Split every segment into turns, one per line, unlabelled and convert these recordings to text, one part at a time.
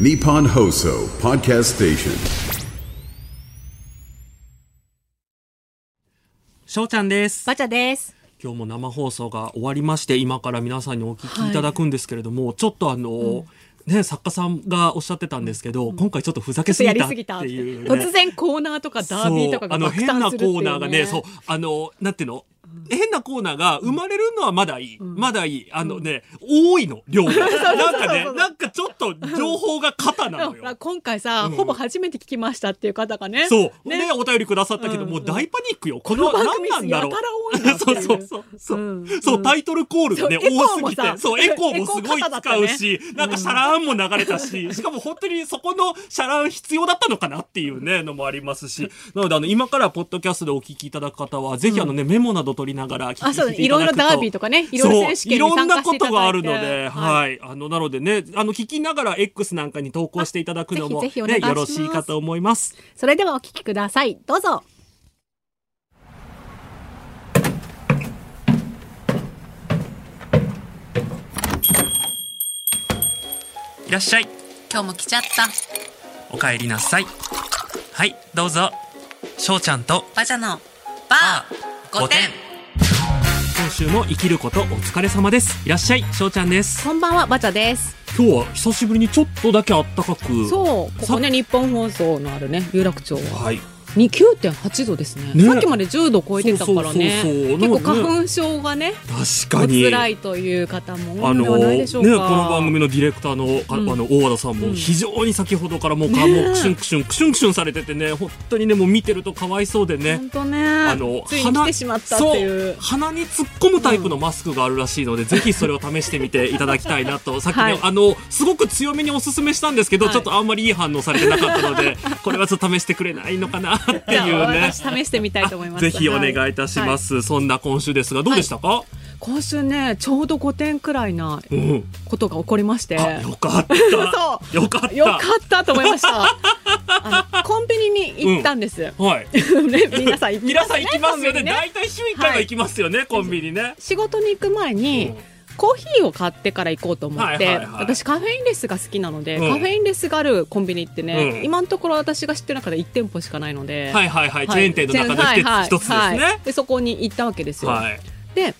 Nippon Hoso Podcast Station.
翔ちゃんです
バチャです。
今日も生放送が終わりまして今から皆さんにお聞きいただくんですけれども、ちょっとあの、ね、作家さんがおっしゃってたんですけど、今回ちょっとふざけすぎ
やり
たっ
す
て
ぎたって
いう、ね、
突然コーナーとかダービーとか
そうあ
が
の
爆
変な
誕
コ
するっていう、ね、
ーナーがねそうあのなんていうの変なコーナーが生まれるのはまだいい、まだいいあのね、多いの 量がなんかねなんかちょっと情報が肩 なの
だか
よ
ら今回さ、ほぼ初めて聞きましたっていう方がね
そうねお便りくださったけど、もう大パニックよこの
この番
何
組
なんだろう
やたら多いなっていう
そうそうそうそう、
うん
そうタイトルコールがね
そうエコ
多
ー
す
も
ぎて
さ
そうエコーもすごい
エコー肩だっ
使
た
う
ね
し、なんかシャラーンも流れたししかも本当にそこのシャラーン必要だったのかなっていうねのもありますしなのであの今からポッドキャストでお聞きいただく方はぜひあのねメモなど取りながら聞いていただ
あ
くと
そういろいろダービーとかねいろいろ選手
そうい
権に
ろん
参
な
加し
こ
ていただいて
とがあるので、
はい
はい、あのなのでね、あの聞きながら X なんかに投稿していただくのも、
あ
ね、
ぜひぜひお願いします
よろしいかと思います。
それではお聞きくださいどうぞ
いらっしゃい、
今日も来ちゃった
お帰りなさい。はい、どうぞ。しょうちゃんと
バジャのバー5点
今週も生きることお疲れ様です。いらっしゃい、しょうちゃんです。
こんばんはバチャです
今日は久しぶりにちょっとだけ暖かく。
そうここね日本放送のあるね有楽町は
はい。
に9.8度ですね
ね
さっきまで10度超えてたからね
そうそうそうそう
結構
なんかね
花粉症がね
確
お
かに。
辛いという方も多
あ
いので
の
はない
ね
でしょ
こ
うか、
の番組のディレクターのか、あの大和田さんも非常に先ほどからもう顔もクシュンクシュンクシュンクシュンされててね本当にねもう見てるとかわいそうでね。
本当ね
あの
ついに来てしまったっていう
そう鼻に突っ込むタイプのマスクがあるらしいので、ぜひそれを試してみていただきたいな とさっきね、
はい
あのすごく強めにおすすめしたんですけど、
はい
ちょっとあんまりいい反応されてなかったの でこれはちょっと試してくれないのかなって
じゃあ
いうね
私試してみたいと思います
ぜひお願いいたしま
は
す、そんな今週ですがどうでしたか、
い今週ねちょうど5点くらいな
うん、
ことが起こりまして
あよかった
そう
よかった
よかったと思 いましたあのコンビニに行ったんです、
はい
ね皆さん行 きま
皆
す
さん行きますよね
コンビニ
大体週1回は行きますよね、コンビニね
仕事に行く前に、
うん
コーヒーを買ってから行こうと思って、
はいはいはい
私カフェインレスが好きなので、
うん
カフェインレスがあるコンビニってね、
うん
今のところ私が知ってる中で1店舗しかないので、
はいいはいはい、チェーン店の中の一つ,、一つですね、
でそこに行ったわけですよ、
はい
で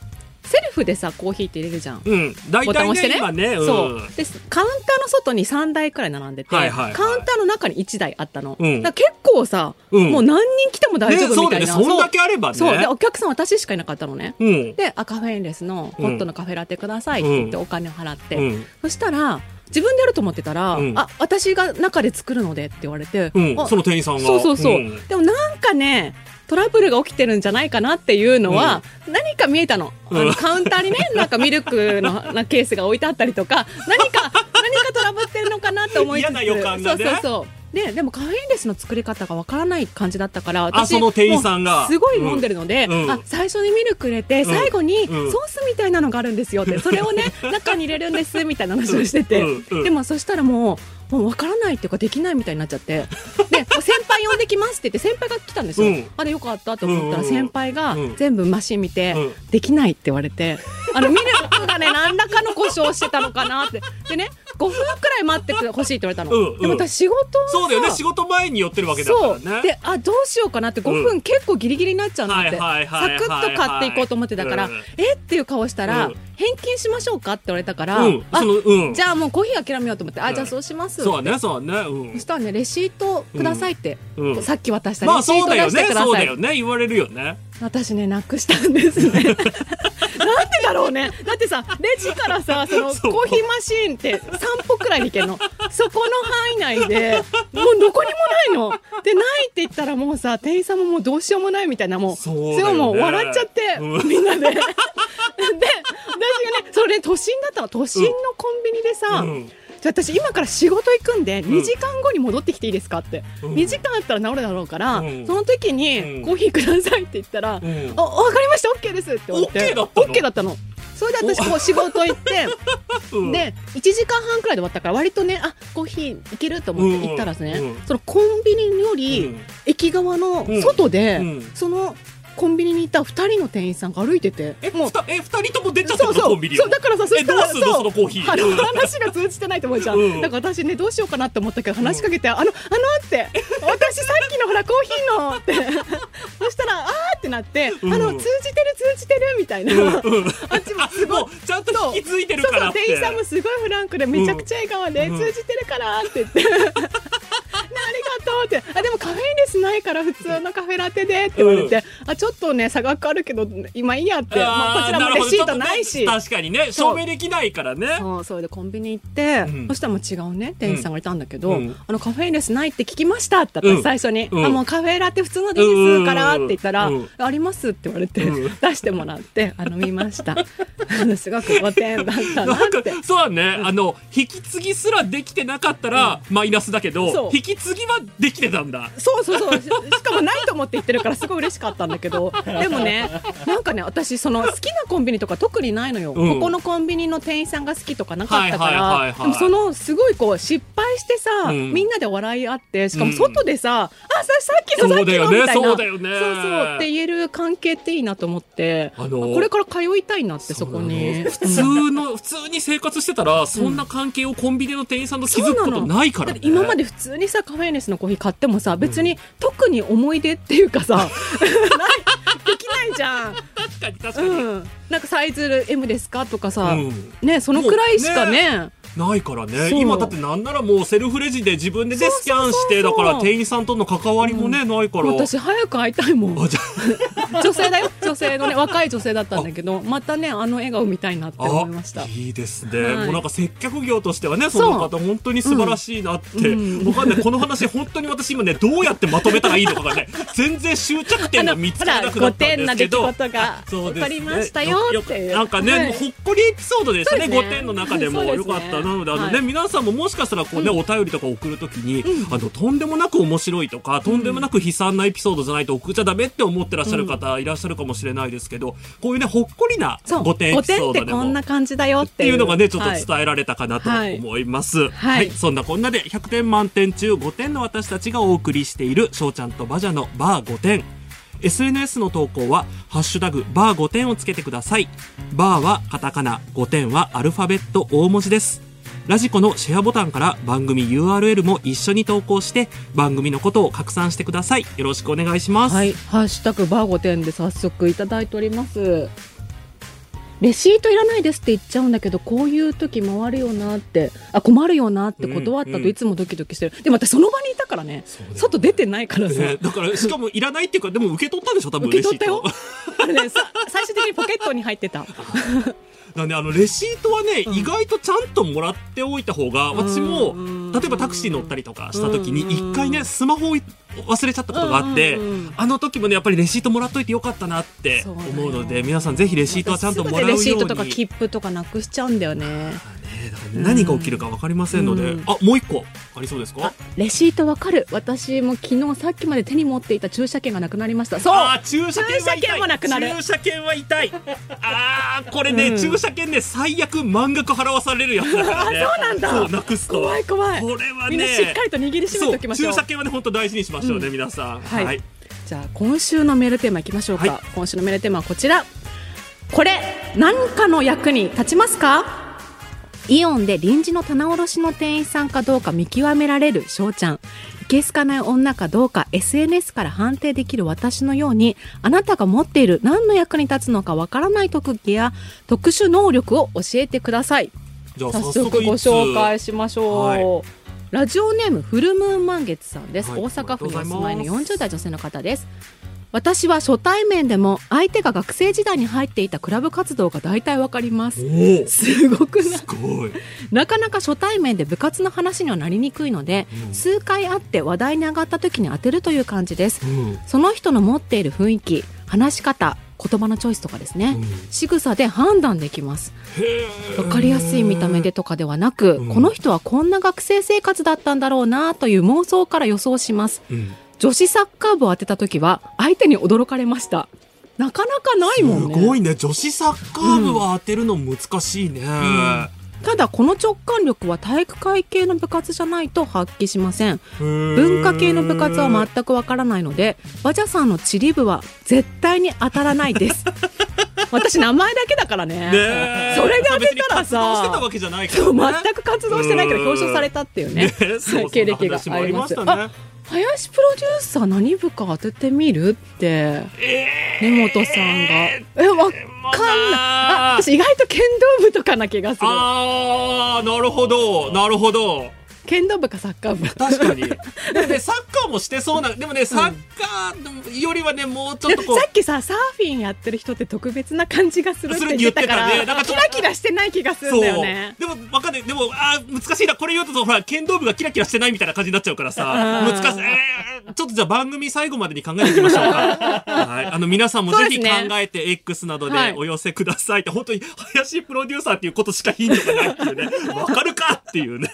セルフでさコーヒーって入れるじゃん、
うん、大
ボタン
体
押して
ね
ね
今ね、うん、
そうでカウンターの外に3台くらい並んでて、
はいはいはい
カウンターの中に1台あったの、
うん
だから結構さ、
うん
もう何人来ても大丈
ね
夫
そ
み
うだ
た
よね
いな、
そんだけあればね
そうでお客さん私しかいなかったのね
うん
であカフェインレスのホットのカフェラテくださいって言って
うん
お金を払って、
うん
そしたら自分でやると思ってたら、
うん
あ私が中で作るのでって言われて、
うん
あ
その店員さんが
そうそうそう、
ん
でもなんかねトラブルが起きてるんじゃないかなっていうのは、何か見えたのあの
うん
カウンタ ーにねなんかミルクのなケースが置いてあったりとか何か何かトラブってんのかなって思いつつ
嫌な予感がね
そうそうそうででもカフェインレスの作り方がわからない感じだったから
その店員さんが
もうすごい飲んでるので、
うんうん
あ最初にミルク入れて
ん
最後にソ
うん
ースみたいなのがあるんですよってそれを ね中に入れるんですみたいな話をしてて、
うんうん
でもそしたらもうもう分からないっていうかできないみたいになっち ゃってでもう先輩呼んできますって言って先輩が来たんですよ、
うん
あれよかったと思った
うんうんう
ら
ん
先輩が
うん
全部マシン見て、
うん
できないって言われてあのミルクがね何らかの故障してたのかなってでね5分くらい待ってほしいって言われたの、
うんうん
でも私仕事をさ
そうだよね仕事前に寄ってるわけだから
そ
ね
うであどうしようかなって5
う
分結構ギリギリになっちゃうなって
はいはいはい
サ
はい
クッと買っていこうと思ってたから、
うん
えっていう顔したら、
うん
返金しましょうかって言われたから、
うん
あ
そのうん
じゃあもうコーヒー諦めようと思って、
う
あ
ん
じゃあそうします
そうだねそうだねうん
そしたらねレシートくださいって、
うんうん
さっき渡した
ま
レ
あ
シー
そ
ト
うだ
出
よ
して
ね
ください、
そうだよね言われるよね
私ねなくしたんです ねなんでだろうねだってさレジからさそ の
そう
コーヒーマシーンって3歩くらいに行けるのそこの範囲内でもうどこにもないのでないって言ったらもうさ店員さんももうどうしようもないみたいなもう
そうだよね
れはもう笑っちゃって、
うん
みんなでで私がねそれね都心だったの都心のコンビニでさ、
うん
じゃあ私今から仕事行くんで
ん
2時間後に戻ってきていいですかって、
うん
2時間あったら治るだろうから、
うん
その
う
時に
ん
コーヒーくださいって言ったら、
ん
あわかりましたオッケーですって言われ
OK
て
だったの
OK だったのそれで私こう仕事行って
うん
で1時間半くらいで終わったから割とねあコーヒーいけると思って行ったらですね、
うん
そのコンビニより
うん
駅側の外で、
うん
そのコンビニにいた2人の店員さんが歩いてて
え、
も
ふ
う
たえ二人とも出ちゃった
そう
の
そ
コ
う
ンビニを
そうだからさそ
え
した
どう
ら
すんの
う
そのコーヒ
あ
ー
の
うん
話が通じてないと思うじゃん、
うん
だから私ねどうしようかなって思ったけど話しかけて「あのあの」って「私さっきのほらコーヒーの」ってそしたら「あー」ってなって「
うん
あの通じてる通じてる」みたいな、あっちもすごい
もうちゃんと引き継いでるからって
そうそう店員さんもすごいフランクでめちゃくちゃ笑顔で、
うん
通じてるからって言って ねありがとうってあでもカフェインレスないから普通のカフェラテでって言われて、あちょっとね差額あるけど今いいやってまあこちらもレシートないし
あーるほどちょっとね確かにね
そ
証
う
明できないからね
そうそれでコンビニ行って、
うん
そしたらもう違うね店員さんがいたんだけど、
うん
あのカフェインレスないって聞きましたって言ったら最初に、
うん
あもうカフェラテ普通のでいいですからっ
うん
て言ったら、
うん
ありますって言われて、
うん
出してもらってあ飲みました あのすごく5点だったな
なんか
って
そうだね、あの引き継ぎすらできてなかったらマイナスだけど、
そう
引き継ぎはできてたんだ
そうそうそうし しかもないと思って言ってるからすごい嬉しかったんだけどでもねなんかね私その好きなコンビニとか特にないのよ、
うん
ここのコンビニの店員さんが好きとかなかったか
はいはいはいは
ら
い
でもそのすごいこう失敗してさ、
うん
みんなで笑い合ってしかも外でさ「あささっきのさ
そ
っ
うだ
き
よ
の」
ね
みたいな
そうだよね
そうそうって言える関係っていいなと思って、
あのー
これから通いたいなってそこに。
普通の 普通に生活してたらそんな関係をコンビニの店員さんと気づくことないから、ね、
だって今まで普通にさカフェインレスのコーヒー買ってもさ別に特に思い出っていうか さ、ないできないじゃん、
確かに確かに、
うん、なんかサイズ M ですかとかさ、
うん
ねそのくらいしかね
ないからね
そう
今だってなんならもうセルフレジで自分でねスキャンしてだから店員さんとの関わりもね、ないから
私早く会いたいもん
あじゃ
女性だよ女性のね若い女性だったんだけどまたねあの笑顔見たいなって思いました
あいいですね、
はい
もうなんか接客業としてはねそ
そう
の方本当に素晴らしいなって、
うん
僕はねこの話本当に私今ねどうやってまとめたらいいのかがね全然終着点が見つからなくな ったんですけど
ほら5点な出来事が
あそうですね
起こりましたよっていう
よよなんかね、
はい
もうほっこりエピソードでしたね
そうです
5
ね
点の中でも
そうです
よ
ね
かったなのであのね、
はい
皆さんももしかしたらこうね、お便りとか送るときに、あのとんでもなく面白いとかとんでもなく悲惨なエピソードじゃないと送っちゃダメって思ってらっしゃる方いらっしゃるかもしれないですけど、こういうねほっこりな
そう
5点エピソー
5
ド
点っ
で
て
も
こんな感じだよっ
ってて
いう
いうのがね、ちょっと
はい
伝えられたかなと思います。はい、
はい
そんなこんなで100点満点中5点の私たちがお送りしている、しょうちゃんとバジャのバー5点。SNS の投稿は、ハッシュタグ、バー5点をつけてください。バーはカタカナ、5点はアルファベット大文字です。ラジコのシェアボタンから番組 URL も一緒に投稿して、番組のことを拡散してください。よろしくお願いします。
はい、ハッシュタグバーゴテンで早速いただいております。レシートいらないですって言っちゃうんだけど、こういう時回るよなって、あ、困るよなって断った
うんうん
といつもドキドキしてる。でも私その場にいたからね、外出てないからさ。
ねだから、しかもいらないっていうか、でも受け取ったんでしょ多分
受け取ったよ
レシート。
あれね、さ最終的にポケットに入ってた。
なんであのレシートはね、意外とちゃんともらっておいた方が私も
うん
例えばタクシー乗ったりとかした時に
うん
一回ねスマホを忘れちゃったことがあって
うんうん
あの時もねやっぱりレシートもらっといてよかったなって
そうだよ
思うので皆さんぜひレシートはちゃんともらうように
レシートとか切符とかなくしちゃうんだよね。
ねだから何が起きるか分かりませんので
うん
あもう一個ありそうですか
レシートわかる。私も昨日さっきまで手に持っていた駐車券がなくなりました。そう
あー駐車券は
駐車券もなく
痛
ないる
駐車券は痛いあーこれね、
うん
駐車券ね最悪満額払わされるやつだ からねそうなんだそうなくすと
怖い怖い。
これはね
みんなしっかりと握りしめておきましょう。
そう駐車券はね本当大事にしましょうね、皆さん
はいじゃあ今週のメールテーマいきましょうか、
はい
今週のメールテーマはこちらこれ何かの役に立ちますかイオンで臨時の棚卸しの店員さんかどうか見極められる翔ちゃんいけすかない女かどうか SNS から判定できる私のようにあなたが持っている何の役に立つのかわからない特技や特殊能力を教えてください
じゃあ
早速ご紹介
し
しましょう、
は
ラジオネームフルムーン満月さんです、
はい
大阪府にお住
ありがとう
まいの
ございます
40代女性の方です私は初対面でも相手が学生時代に入っていたクラブ活動が大体わかります
おおす
すごくない
ごい
なかなか初対面で部活の話にはなりにくいので、
うん
数回会って話題に上がった時に当てるという感じです
うんうん
その人の持っている雰囲気話し方言葉のチョイスとかですね、仕草で判断できますわかりやすい見た目でとかではなく、
うん
この人はこんな学生生活だったんだろうなという妄想から予想します
うん
女子サッカー部を当てた時は相手に驚かれましたなかなかない
す
もんね
ごいね女子サッカー部は当てるの難しいね、
んただこの直感力は体育会系の部活じゃないと発揮しません文
文
化系の部活は全くわからないので和ジャさんの地理部は絶対に当たらないです 私名前だけだからね
ねえ
それで当てたら
別に活動してた
さ
わけじゃないから
そう
ね、
全く活動してないけど表彰されたっていうね
ねそう
経歴が
そんな話も
あ
あ
り
り
ま
ますしたね
林プロデューサー何部か当ててみるって根本さんがえわっかんないあ
な
私意外と剣道部とかな気がする
あーなるほどなるほど
剣道部かサッカー部
確か にでもねサッカーもしてそうなでもねサッカーよりはねもうちょっとこう
さっきさサーフィンやってる人って特別な感じがするっ
する
て
って言
言っ
ってて
たから
たねなんかち
キ
ょっと
ラキラしてない気がするんだよね
そうでもわかんないでもあー難しいなこれ言うとほら剣道部がキラキラしてないみたいな感じになっちゃうからさ
あー
難しい、えーちょっとじゃあ番組最後までに考えていきましょう かはいあの皆さんもぜひ
そう
考
ですね
えて X など
はい
でお寄せくださいって、本当に林プロデューサーっていうことしかヒントがないっていうね わかるかっていうね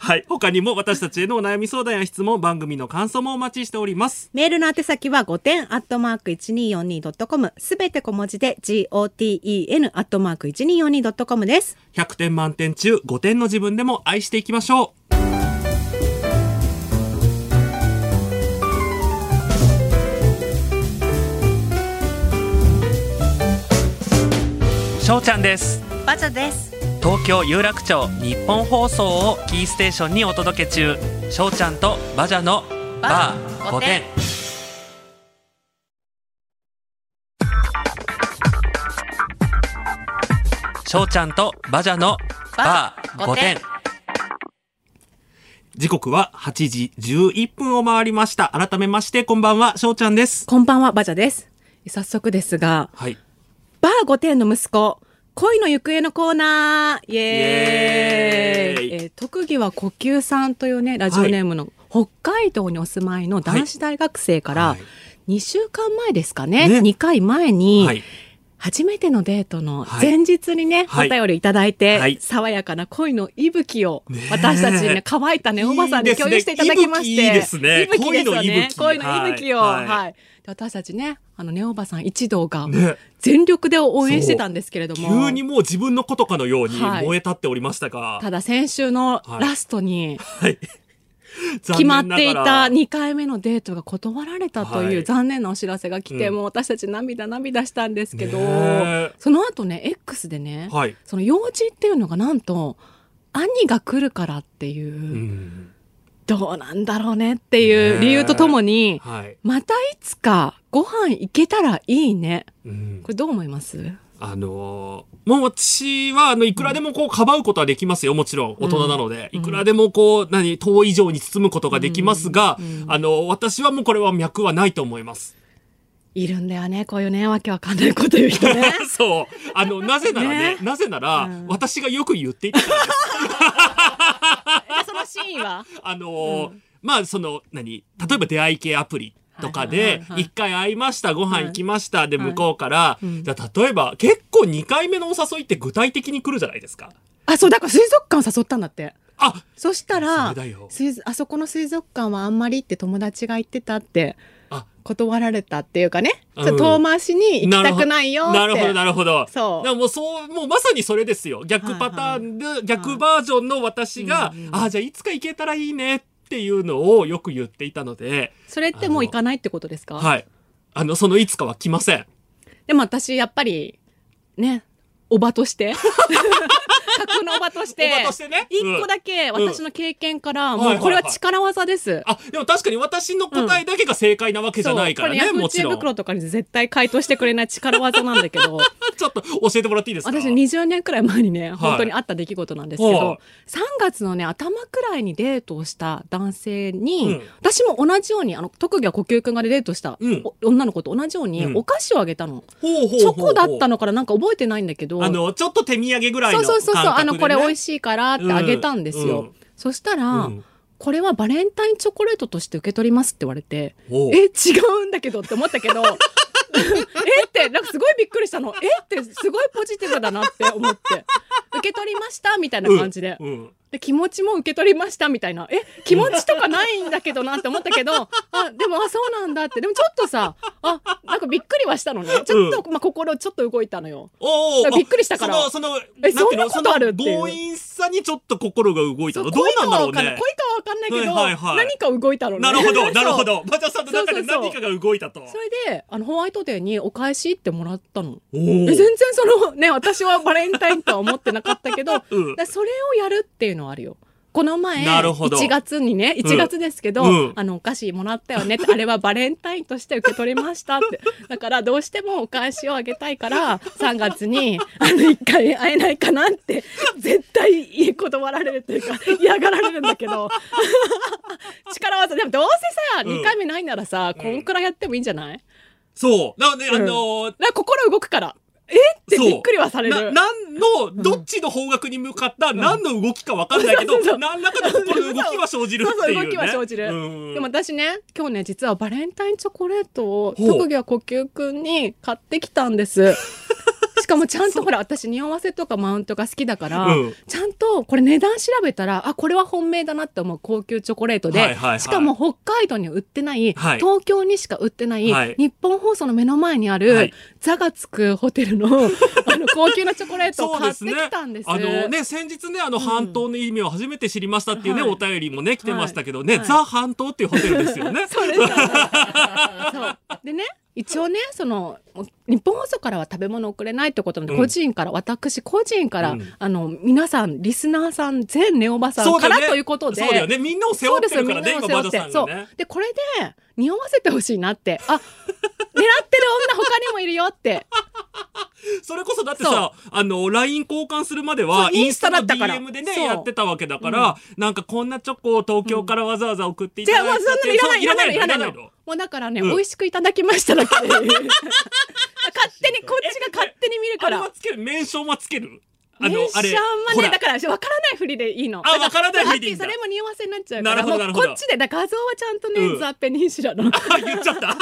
はい他にも私たちへのお悩み相談や質問番組の感想もお待ちしております
メールの宛先は5点アットマーク 1242.com すべて小文字で GOTEN アットマーク 1242.com です。
100点満点中5点の自分でも愛していきましょうしょうちゃんです
バジャです
東京有楽町日本放送をキーステーションにお届け中しょうちゃんとバジャのバー5点しょうちゃんとバジャのバー5点時刻は8時11分を回りました改めましてこんばんはしょうちゃんです
こんばんは、バジャです。早速ですが、
はい
バー5点の息子、恋の行方のコーナーイエーイ
イエーイ
えー特技は呼吸さんというね、ラジオネームの、北海道にお住まいの男子大学生から、
はい
2週間前ですかね、
ね
2回前に、
はい
初めてのデートの
はい
前日にね、
はい
お便りいただいて、
はい
爽やかな恋の息吹を
ねえ
私たちに、ね、乾いたね、おばさんに共有していただきまして。
いいですね
息吹ですよね。
恋
恋の
の息吹
息吹を。は。
はいい
で私たちね、あのね、おばさん一同が
ね
全力で応援してたんですけれども。
急にもう自分のことかのように
はい
燃え立っておりましたが、
ただ先週の
はい
ラストに
残
決
念な
まっ
がら
ていた2回目のデートが断られたとい
は
う
い
残念なお知らせが来て、
うん
もう私たち涙涙したんですけど、
ねえ
その後ね X でね、
はい、
その用事っていうのがなんと兄が来るからっていう、
うん
どうなんだろうねっていう理由とともに、
はい
またいつかご飯行けたらいいね
うん
こ、れどう思います
あのーもう私はあのいくらでもこうかばうことはできますよもちろん大人なので、いくらでもこう何糖以上に包むことができますが、あの私はもうこれは脈はないと思います。
いるんだよねこういうねわけわかんないこと言う人 ね
そうあのなぜならね
ね
なぜなら、
うん
私がよく言 っていたからです
えそのシーンは
あのーまあその何例えば出会い系アプリとか
はいはい
で
はいはい
一回会いましたご飯行きましたで
はい
向こうから
うん
じゃあ例えば結構2回目のお誘いって具体的に来るじゃないですか。
あそうだから水族館誘ったんだって
あ
そしたら
それだよ
水あそこの水族館はあんまりって友達が言ってたって
あ
断られたっていうかね、ちょっと
うん
遠回しに行きたくないよって
なるほどなるほど。
そう
だからもうそうもうまさにそれですよ逆パターンで、逆バージョンの私が、
うんうん
あじゃあいつか行けたらいいねっていうのをよく言っていたので、
それってもう行かないってことですか
はいあのそのいつかは来ません。
でも私やっぱりねおばとして 架空のおばとして
おばとしてね
一
うん
個だけ私の経験から、
うん
もうこれは力技です、
あでも確かに私の答えだけが正解なわけじゃないからね、
そうこれヤフ
も
ー
ち
知恵
ろん。
袋とかに絶対回答してくれない力技なん だけど
ちょっと教えてもらっていいですか
私20年くらい前にね、本当にあった出来事なんですけど、
は
3月のね頭くらいにデートをした男性に、
うん
私も同じようにあの特技は呼吸くんがでデートした、
うん
お女の子と同じように、
うん
お菓子をあげたの、
ほうほうほう
チョコだったのからなんか覚えてないんだけど
あの、ちょっと手土産ぐらい
そ
の
う
感
そう
覚
そう
で、ね。
そう、あのこれ美味
しい。
しいからってあげたんですよ、
うんうん
そしたら、
うん
これはバレンタインチョコレートとして受け取りますって言われて
おう
え違うんだけどって思ったけど えってなんかすごいびっくりしたのえってすごいポジティブだなって思って受け取りましたみたいな感じで、
うんうん
で気持ちも受け取りましたみたいなえ気持ちとかないんだけどなって思った けどあでもあそうなんだってでもちょっとさあなんかびっくりはしたのねちょっと、まあ、心ちょっと動いたのよ
お
だからびっくりしたから
あその、その、
え
なんていうの
そんなことあるっていう
その強引さにちょっと心が動いた
そ
の。
う
どう
恋
な
か
んだ
は
ろう
分かんない
ね。
恋かは分かんないけど、
はいはいはい
何か動いたのね
なるほど、なるほ
そう
ど。バジャさんの中で何かが動いたと。
それであのホワイトデーにお返しってもらったの
お
え
ー
全然そのね私はバレンタインとは思ってなかったけど、
うん
だそれをやるっていうのはあるよこの前
なるほど
1月にね1月ですけど、
うん
あのお菓子もらったよねってあれはバレンタインとして受け取りましたって だからどうしてもお返しをあげたいから3月にあの1回会えないかなって絶対断られるというか嫌がられるんだけど 力技でもどうせさ
うん
2回目ないならさ、こんくらいやってもいいんじゃない
そう。なので、あ
うん
のー
なんか心動くからえって
そう
びっくりはされ
な、
る。
何の、どっちの方角に向かった、何の動きか分かんないけど
そうそうそ、う
何らかの心の動きは生じる
そう
っ
そ
て
う
いうね。
動きは生じる、
うん
でも私ね今日ね実はバレンタインチョコレートを
ほう
特技は呼吸くんに買ってきたんです しかもちゃんとほら私匂わせとかマウントが好きだから、
うん
ちゃんとこれ値段調べたらあこれは本命だなって思う高級チョコレートで、
はいはいはい
しかも北海道に売ってない、
はい
東京にしか売ってない、
はい
日本放送の目の前にある、
はい
座がつくホテ ルのあの高級なチョコレートを
そうで
買って
すね
きたんです。
あのね、先日ね、あの、半島の意味を初めて知りましたっていうね、
はい
お便りもね、来てましたけど
は
ね、
いはい
ザ・半島っていうホテルですよ ね。
それさそうでね一応ねその日本放送からは食べ物送れないってことなので、
うん
個人から私個人から、
うん
あの皆さんリスナーさん全ネオバさん
そう
か
だ
ら、
よね。
ということで
そうだよね。みんなを背負ってるからね、
そうで
今、
す
バ
よ
ジャさん
そ
が
う
ね。
でこれで匂わせてほしいなってあ狙ってる女他にもいるよ って
それこそだってさ、あの、LINE 交換するまでは、
そう
インスタの
インスタだったから
DM でね、
そう
やってたわけだから、なんかこんなチョコを東京からわざわざ送っていた
じゃあも
だ
う
いたっ
そん
て
なのいらないい
そう
らないのいらないの
いの
もうだからね、
うん
美味しくいただきましただけ で勝手にこっちが勝手に見る
あ
か
れ
ら
はつける名称はつけるあ
あ
の
の、
あ
あ
れ
れ。
ほ
はね、
ら
だから、わからないふりでいいの。
あわからないふりでいいんだ
だらあそれも匂わせになっちゃうから。
なるほど
も
なる
う
ほど
こっちで、だから画像はちゃんと
う
ね、
ん
ザ・ペニンシュラの出
あ 言っちゃった。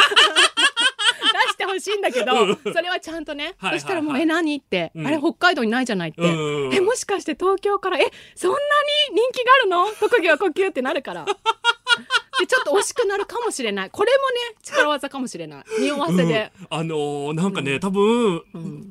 してほしいんだけ
うん
ど、それはちゃんとね。
はいはいはい
そしたらもう、え、何って、
うん
あれ北海道にないじゃないって。
うん
え、もしかして東京から、え、そんなに人気があるの特技は呼吸ってな るから。で、ちょっと惜しくなるかもしれない。これもね、力技かもしれない。匂わせで。
うんあのーなんかね、多分、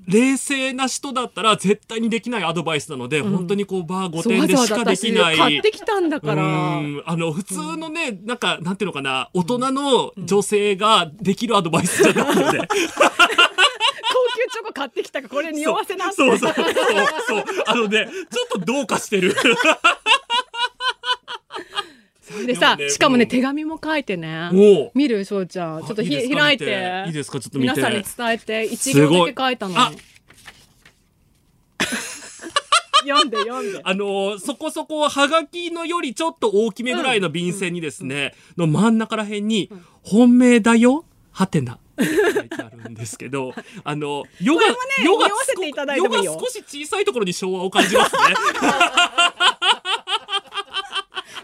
冷静な人だったら絶対にできないアドバイスなので、本当にこうバー5
そう
点
わ
で
ざわ
し
ざ
かでき
私
ない。
買ってきたんだから。
うんあの普通のね、なんかなんていうのかな大人の女性ができるアドバイスじゃないので、
高級チョコ買ってきたから、これ 匂わせなんて。
そうそうそうそうあのねちょっとどうかして る
でさ
でもね
しかもね、
うん
手紙も書いてね
おう
見る翔ちゃんちょっとひ
いいですか
開
見
いて
ていいですかちょっと見て
皆さんに伝えて一
す
行
ご
だ
い
け書いたの
あ
読んで読んで
あのーそこそこはがきのよりちょっと大きめぐらいの便箋にですね、の真ん中ら辺に「本命だよはて な」って書いてあるんですけどあのヨガ
これもね
ヨガ
匂わせていただいて
ヨ
も
ガ
いいよ
少し小さいところに昭和を感じ ますね。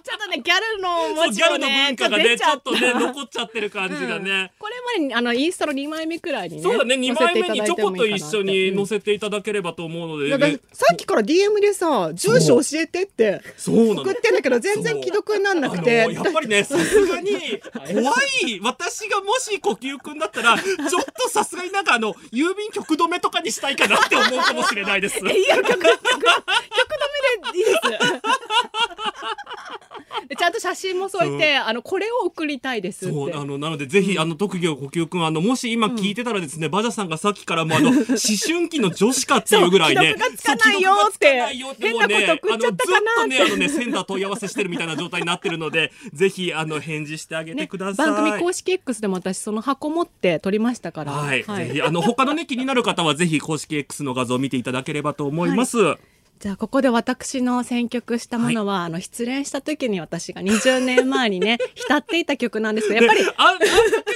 ちょっとねギャルの
そう
文字
ギャル
も
の
ね
文化がねちょっと
出
ね
ゃた
残っちゃってる感じがね。
これまであのインスタの2枚目くらいにね
そうだね2枚目にチョコと一緒に載
せ
せていただければと思うの
い
で、
やだから
ね、
さっきから DM でさ住所教えてって
そうなの
送ってんだけど全然既読になんな
あ
く
の
て
やっぱりねさす がに怖い私がもし呼吸くんだったらちょっとさすがになんかあの郵便局止めとかにしたいかなって思うかもしれないです。
いや曲曲曲止めでいいです。 でちゃんと写真も添えて、あのこれを送りたいですって。
そうあのなのでぜひあの特技を呼吸くんあのもし今聞いてたらですね、バジャさんがさっきから もあの思春期の女子かっていうぐらいね
そう既読がつかないよーって
そう既読がつかないよってもうね
変なこと送っちゃったかなー
あの
っ
ずっと
て
ねあのねセンター問い合わせしてるみたいな状態になってるのでぜひあの返事してあげて
ね
ください。
番組公式 X でも私その箱持って撮りましたから。
はい、ぜひあの他のね気になる方はぜひ公式 X の画像を見ていただければと思います。
じゃあここで私の選曲したものは、あの失恋した時に私が20年前にね 浸っていた曲なんですけどやっぱり
ねああんだけ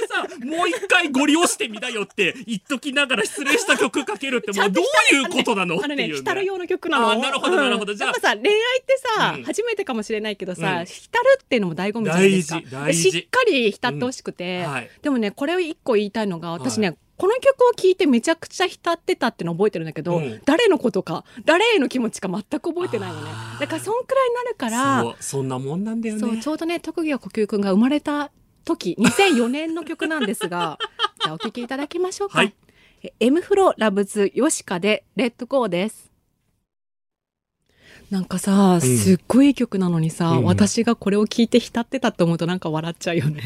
さもう一回ご利用してみだよって言っときながら失礼した曲かけるってもうどういうことなのって
あ
い
の
う
ね
ね
浸る用の曲なの
あなるほどなるほど
うん
じゃあ
やっぱさ恋愛ってさ、
うん
初めてかもしれないけどさ、
うん
浸るっていうのも醍醐味じゃないですか
大事大事
でしっかり浸ってほしくて、
うんはい
でもねこれを一個言いたいのが私ね、この曲を聴いてめちゃくちゃ浸ってたっての覚えてるんだけど、
うん
誰のことか誰への気持ちか全く覚えてないのねだからそんくらいになるから
そうそんなもんなんだよ
そう
ね
ちょうどね特技は呼吸くんが生まれた時2004年の曲なんで すがじゃあお聴きいただきましょうか、
はい
え M フロラブズヨシカでレッドゴーですなんかさ、すっごいいい曲なのにさ、
うん
私がこれを聴いて浸ってたって思うとなんか笑っちゃうよ ね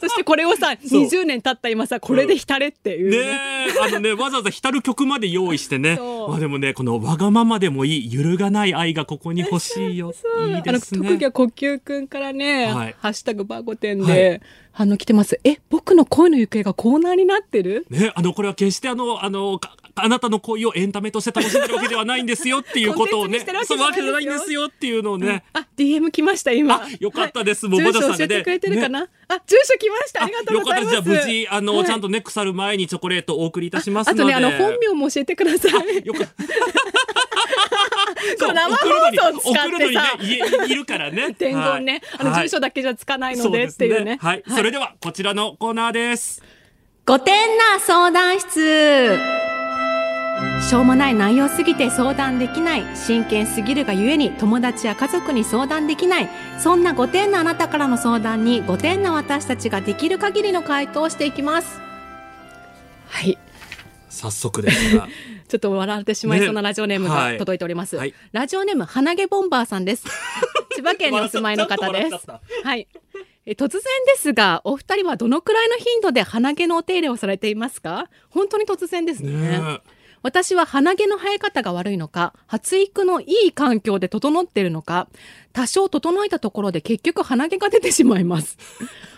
そしてこれをさ
そう
20年経った今さこれで浸れっていう、
ね
ね
えあのねわざわざ浸る曲まで用意してね
そう
まあでもねこのわがままでもいい揺るがない愛がここに欲し いよいい
あ
で
の
すね
特技は呼吸くんからね、
はい
ハッシュタグバーゴテン
は
で反応来てます。え、僕の恋の行方がコーナーになってる？
ね、あの、これは決してあの、あの、かあなたの恋をエンタメとして楽しんでるわけではないんですよっていうことをね、
コンテンツにして
そう
る
わ
わ
け
け
じ
じ
ゃな
ゃないい
んで
んですす
よっていうのをね、
あ、DM 来ました今。
あよかったです
はい
もうバジャ
住
さ
が
ん
所教えてくれてるかな？あ、住所来ました。ありがとう
よ
ご
かっ
ざ
たで。
います
じゃあ
す。
無事、あの、
はい
ちゃんとね、腐る前にチョコレートをお送りいたします
あ
ので。
とねあの本名も教えてください。
よか
そう生放送使
送るの
って
にね
さ、、
いいるからね。
伝言ね、あの住所
だ
だけじゃつかないのでっていうね。
はい。それでは、こちらのコーナーです。
ごてんな相談室しょうもない内容すぎて相談できない真剣すぎるがゆえに友達や家族に相談できないそんなごてんなあなたからの相談にごてんな私たちができる限りの回答をしていきますはい
早速です が。
ちょっと笑ってしまいそうな
ね
ラジオネーム
は
が
い
届いております、
はい
ラジオネーム鼻毛ボンバーさん です千葉県にお住まいの方で
ちょっ
す
と笑っ
はいえ突然ですがお二人はどのくらいの頻度で鼻毛のお手入れをされていますか本当に突然ですね
ね
私は鼻毛の生え方が悪いのか発育のいい環境で整っているのか多少整えたところで結局鼻毛が出てしまいます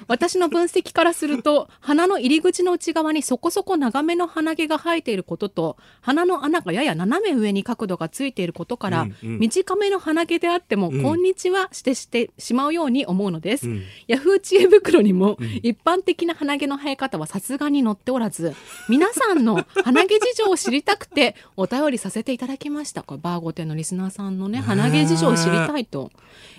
私の分析からすると鼻の入り口の内側にそこそこ長めの鼻毛が生えていることと鼻の穴がやや斜め上に角度がついていることから、
うんうん
短めの鼻毛であっても、こんにちはしてしてしまうように思うのです、
うん
ヤフー知恵袋にも一般的な鼻毛の生え方はさすがに載っておらず皆さんの鼻毛事情を知りたくてお便りさせていただきましたこれバーゴ店のリスナーさんのね鼻毛事情を知りたいと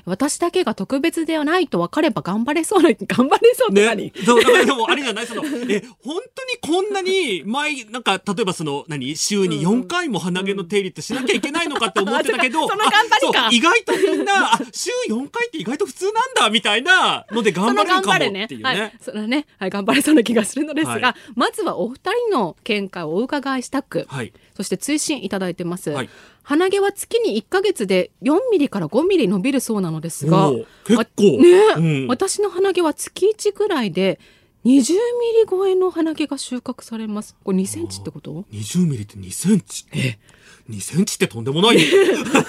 私だけが特別ではないと分かれば頑張れそうな頑張れそうって何、
ね、そう、だからでもあれじゃない、その、え、本当にこんなに、前、なんか、例えばその、何、週に4回も鼻毛の手入れってしなきゃいけないのかって思ってたけど、
あその頑張りか
あそう意外とみんな、あ週4回って意外と普通なんだ、みたいなので
そ
頑張
の
れる
頑
かもって
張れ
いうね
ね。。はい、それはね、はい、頑張れそうな気がするのですが、
はい
まずはお二人の見解をお伺いしたく、
はい
そして追伸いただいてます、
はい
鼻毛は月に1ヶ月で4ミリから5ミリ伸びるそうなのですが
おー結構
わねえ、
うん
私の鼻毛は月1ぐらいで20ミリ超えの鼻毛が収穫されますこれ2センチってこと
20ミリって2センチ。2センチってとんでもないよ。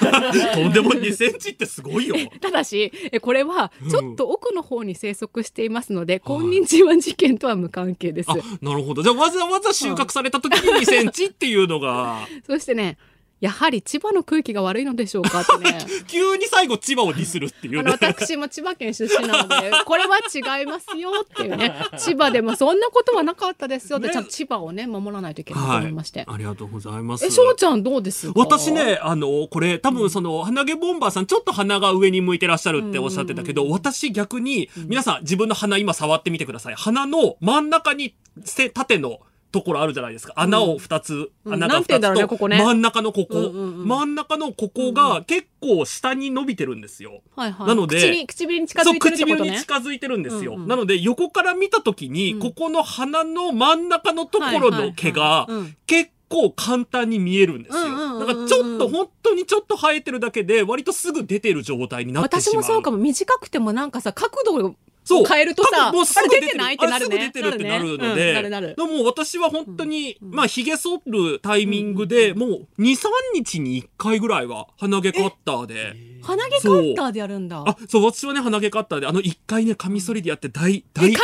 とんでも2センチってすごいよ。
ただしえこれはちょっと奥の方に生息していますので、こんにちは事件とは無関係です
あ、なるほど。じゃあわざわざ収穫された時に2センチっていうの が。
そしてねやはり千葉の空気が悪いのでしょうかってね
急に最後千葉をディスるってい
あ
う
の
ね。
私も千葉県出身なのでこれは違いますよっていうね千葉でもそんなことはなかったですよって、
ね
ちゃんと千葉をね守らないといけないと思いまして、
ありがとうございます。
え翔ちゃんどうですか
私ね、あの、これ、多分その、鼻毛ボンバーさん、ちょっと鼻が上に向いてらっしゃるっておっしゃってたけど、私逆に、皆さん自分の鼻今触ってみてください。鼻の真ん中に、せ縦の、ところあるじゃないですか。穴を二つ、
うん
穴
な
が
んて言うん
2
だろうね
つ、
ことこね
真ん中のここ、
うんうんうん
真ん中のここが結構下に伸びてるんですよ。
はいはい、
なので
口に唇に近づいてるってこと
そう唇に
ね
近づいてるんですよ、
うんうん
なので横から見た時に、ここの鼻の真ん中のところの毛が
はいはいはいうん
結構簡単に見えるんですよ、
うんうんうんうん
だからちょっと本当にちょっと生えてるだけで割とすぐ出てる状態になってし
私
まう
もそうかも短くてもなんかさ角度を
そう
変えるとさ
多分もうす
あ
ぐ
れ
出て
出て
る
ないってなるね
あれすぐ出てるってなるの
ね
で、
うんなるなる
でも私は本当に、まあ、髭剃るタイミングで、もう2、3日に1回ぐらいは鼻毛カッターで。
鼻毛カッターでやるんだ
あ、そう、私はね、鼻毛カッターで、あの、一回ね、カミソリでやって大、大、
えカミソ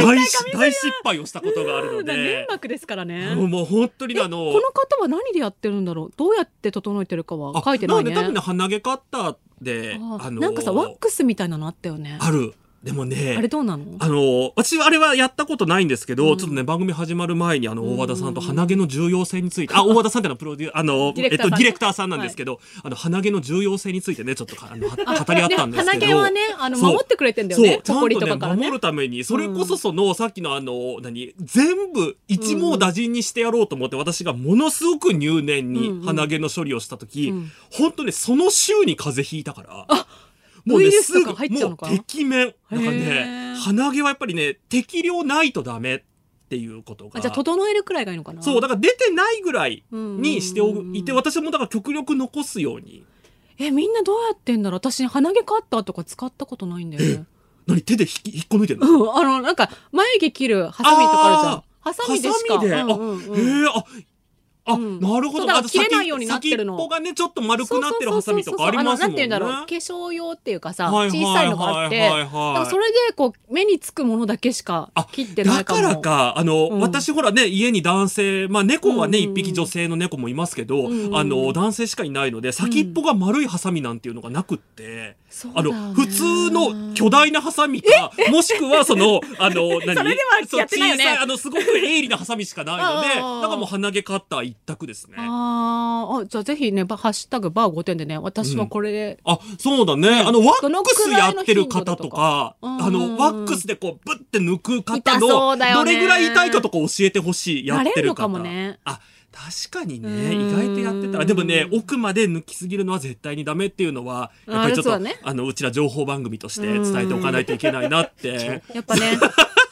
リは
大
痛い
失大失敗をしたことがあるので
粘、膜ですからね
もうもう本当に
え
あの
こ、の方は何でやってるんだろうどうやって整えてるかは
あ
書いてないね
んで多分ね、鼻毛カッターで、
あ
あの、
なんかさワックスみたいなのあったよね
ある。でもね
あれどうなの
あの、私はあれはやったことないんですけど、ちょっとね、番組始まる前に、あの、大和田さんと鼻毛の重要性について、あ、大和田さんってのはプロデュー、あの、
ディ
え
レ
っ
クターさ
と、
ん
ディレクターさんなんですけど、あの、鼻毛の重要性についてね、ちょっとか、あの、は語り合ったんですけど。
ね鼻毛はねあの
そう
守ってくれてんだよね
そう、
ホコリ
ちゃん
とかか
と
ら
ね、
ね
守るために、それこそその、さっきのあの、何、全部、一網打尽にしてやろうと思って、私がものすごく入念に鼻毛の処理をしたとき、本当ね、その週に風邪ひいたから。もう
ウ
ね、
イル
す
スと
ぐ、
か
も
入っちゃうの
う
かな
適面。なんか
へー
ね、鼻毛はやっぱりね、適量ないとダメっていうことが。
あじゃあ整えるくらいがいいのかな
そう、だから出てないぐらい
うん
にしておいて、私もだから極力残すように。
えみんなどうやってんだろう私鼻毛カッターとか使ったことないんだよね
何手で引き引っこ抜いてるの
うんあのなんか眉毛切るハサミとかあるじゃん
あー
ハサミでしか
ハサミで。
うんうんうん
あ、へえ、あ、あ、
ん
なるほ
そ
ど。
うだから
あと
切れないようになってるの
先っぽがね、ちょっと丸くなってるハサミとかありますもんね。
そうそうそうそうあのなんて言うんだろう化粧用っていうかさ
はいはいはい
小さいのがあって
はいはい
だ
はい
からそれでこう目につくものだけしか
あ
切ってないかも
だからか、あの、
うん
私ほらね、家に男性、まあ猫はね、
うん
一、匹女性の猫もいますけど、
うん
あの、男性しかいないので、先っぽが丸いハサミなんていうのがなくって、
そうだ
あ
よね
の、普通の巨大なハサミか、もしくはそ の、あの、何
それではやってないよね
そう小さい、あの、すごく鋭利なハサミしかないので、
ああ
だからもう鼻毛カッター一択ですね。
あーあじゃあぜひねばハッシュタグバー5点でね私はこれで、
あ、そうだね。あの、ワ
どの
ック
く
ス
ら
や
いの
っ
頻
て
度
る
だと
方と
か
か、
うん
あの、ワックスでこう、ぶって抜く方
痛そう
の、
だよ
ど
ね
れぐらい痛いかとか教えてほしい、やって
慣れる
る
のか
方。
もね
あ、確かに
う
ね、
ん
意外とやってたら。でもね、奥まで抜きすぎるのは絶対にダメっていうのは、やっぱりちょっと、
あ
あ,、
そうだね
の、うちら情報番組として伝えておかないといけないなって。
やっぱ ね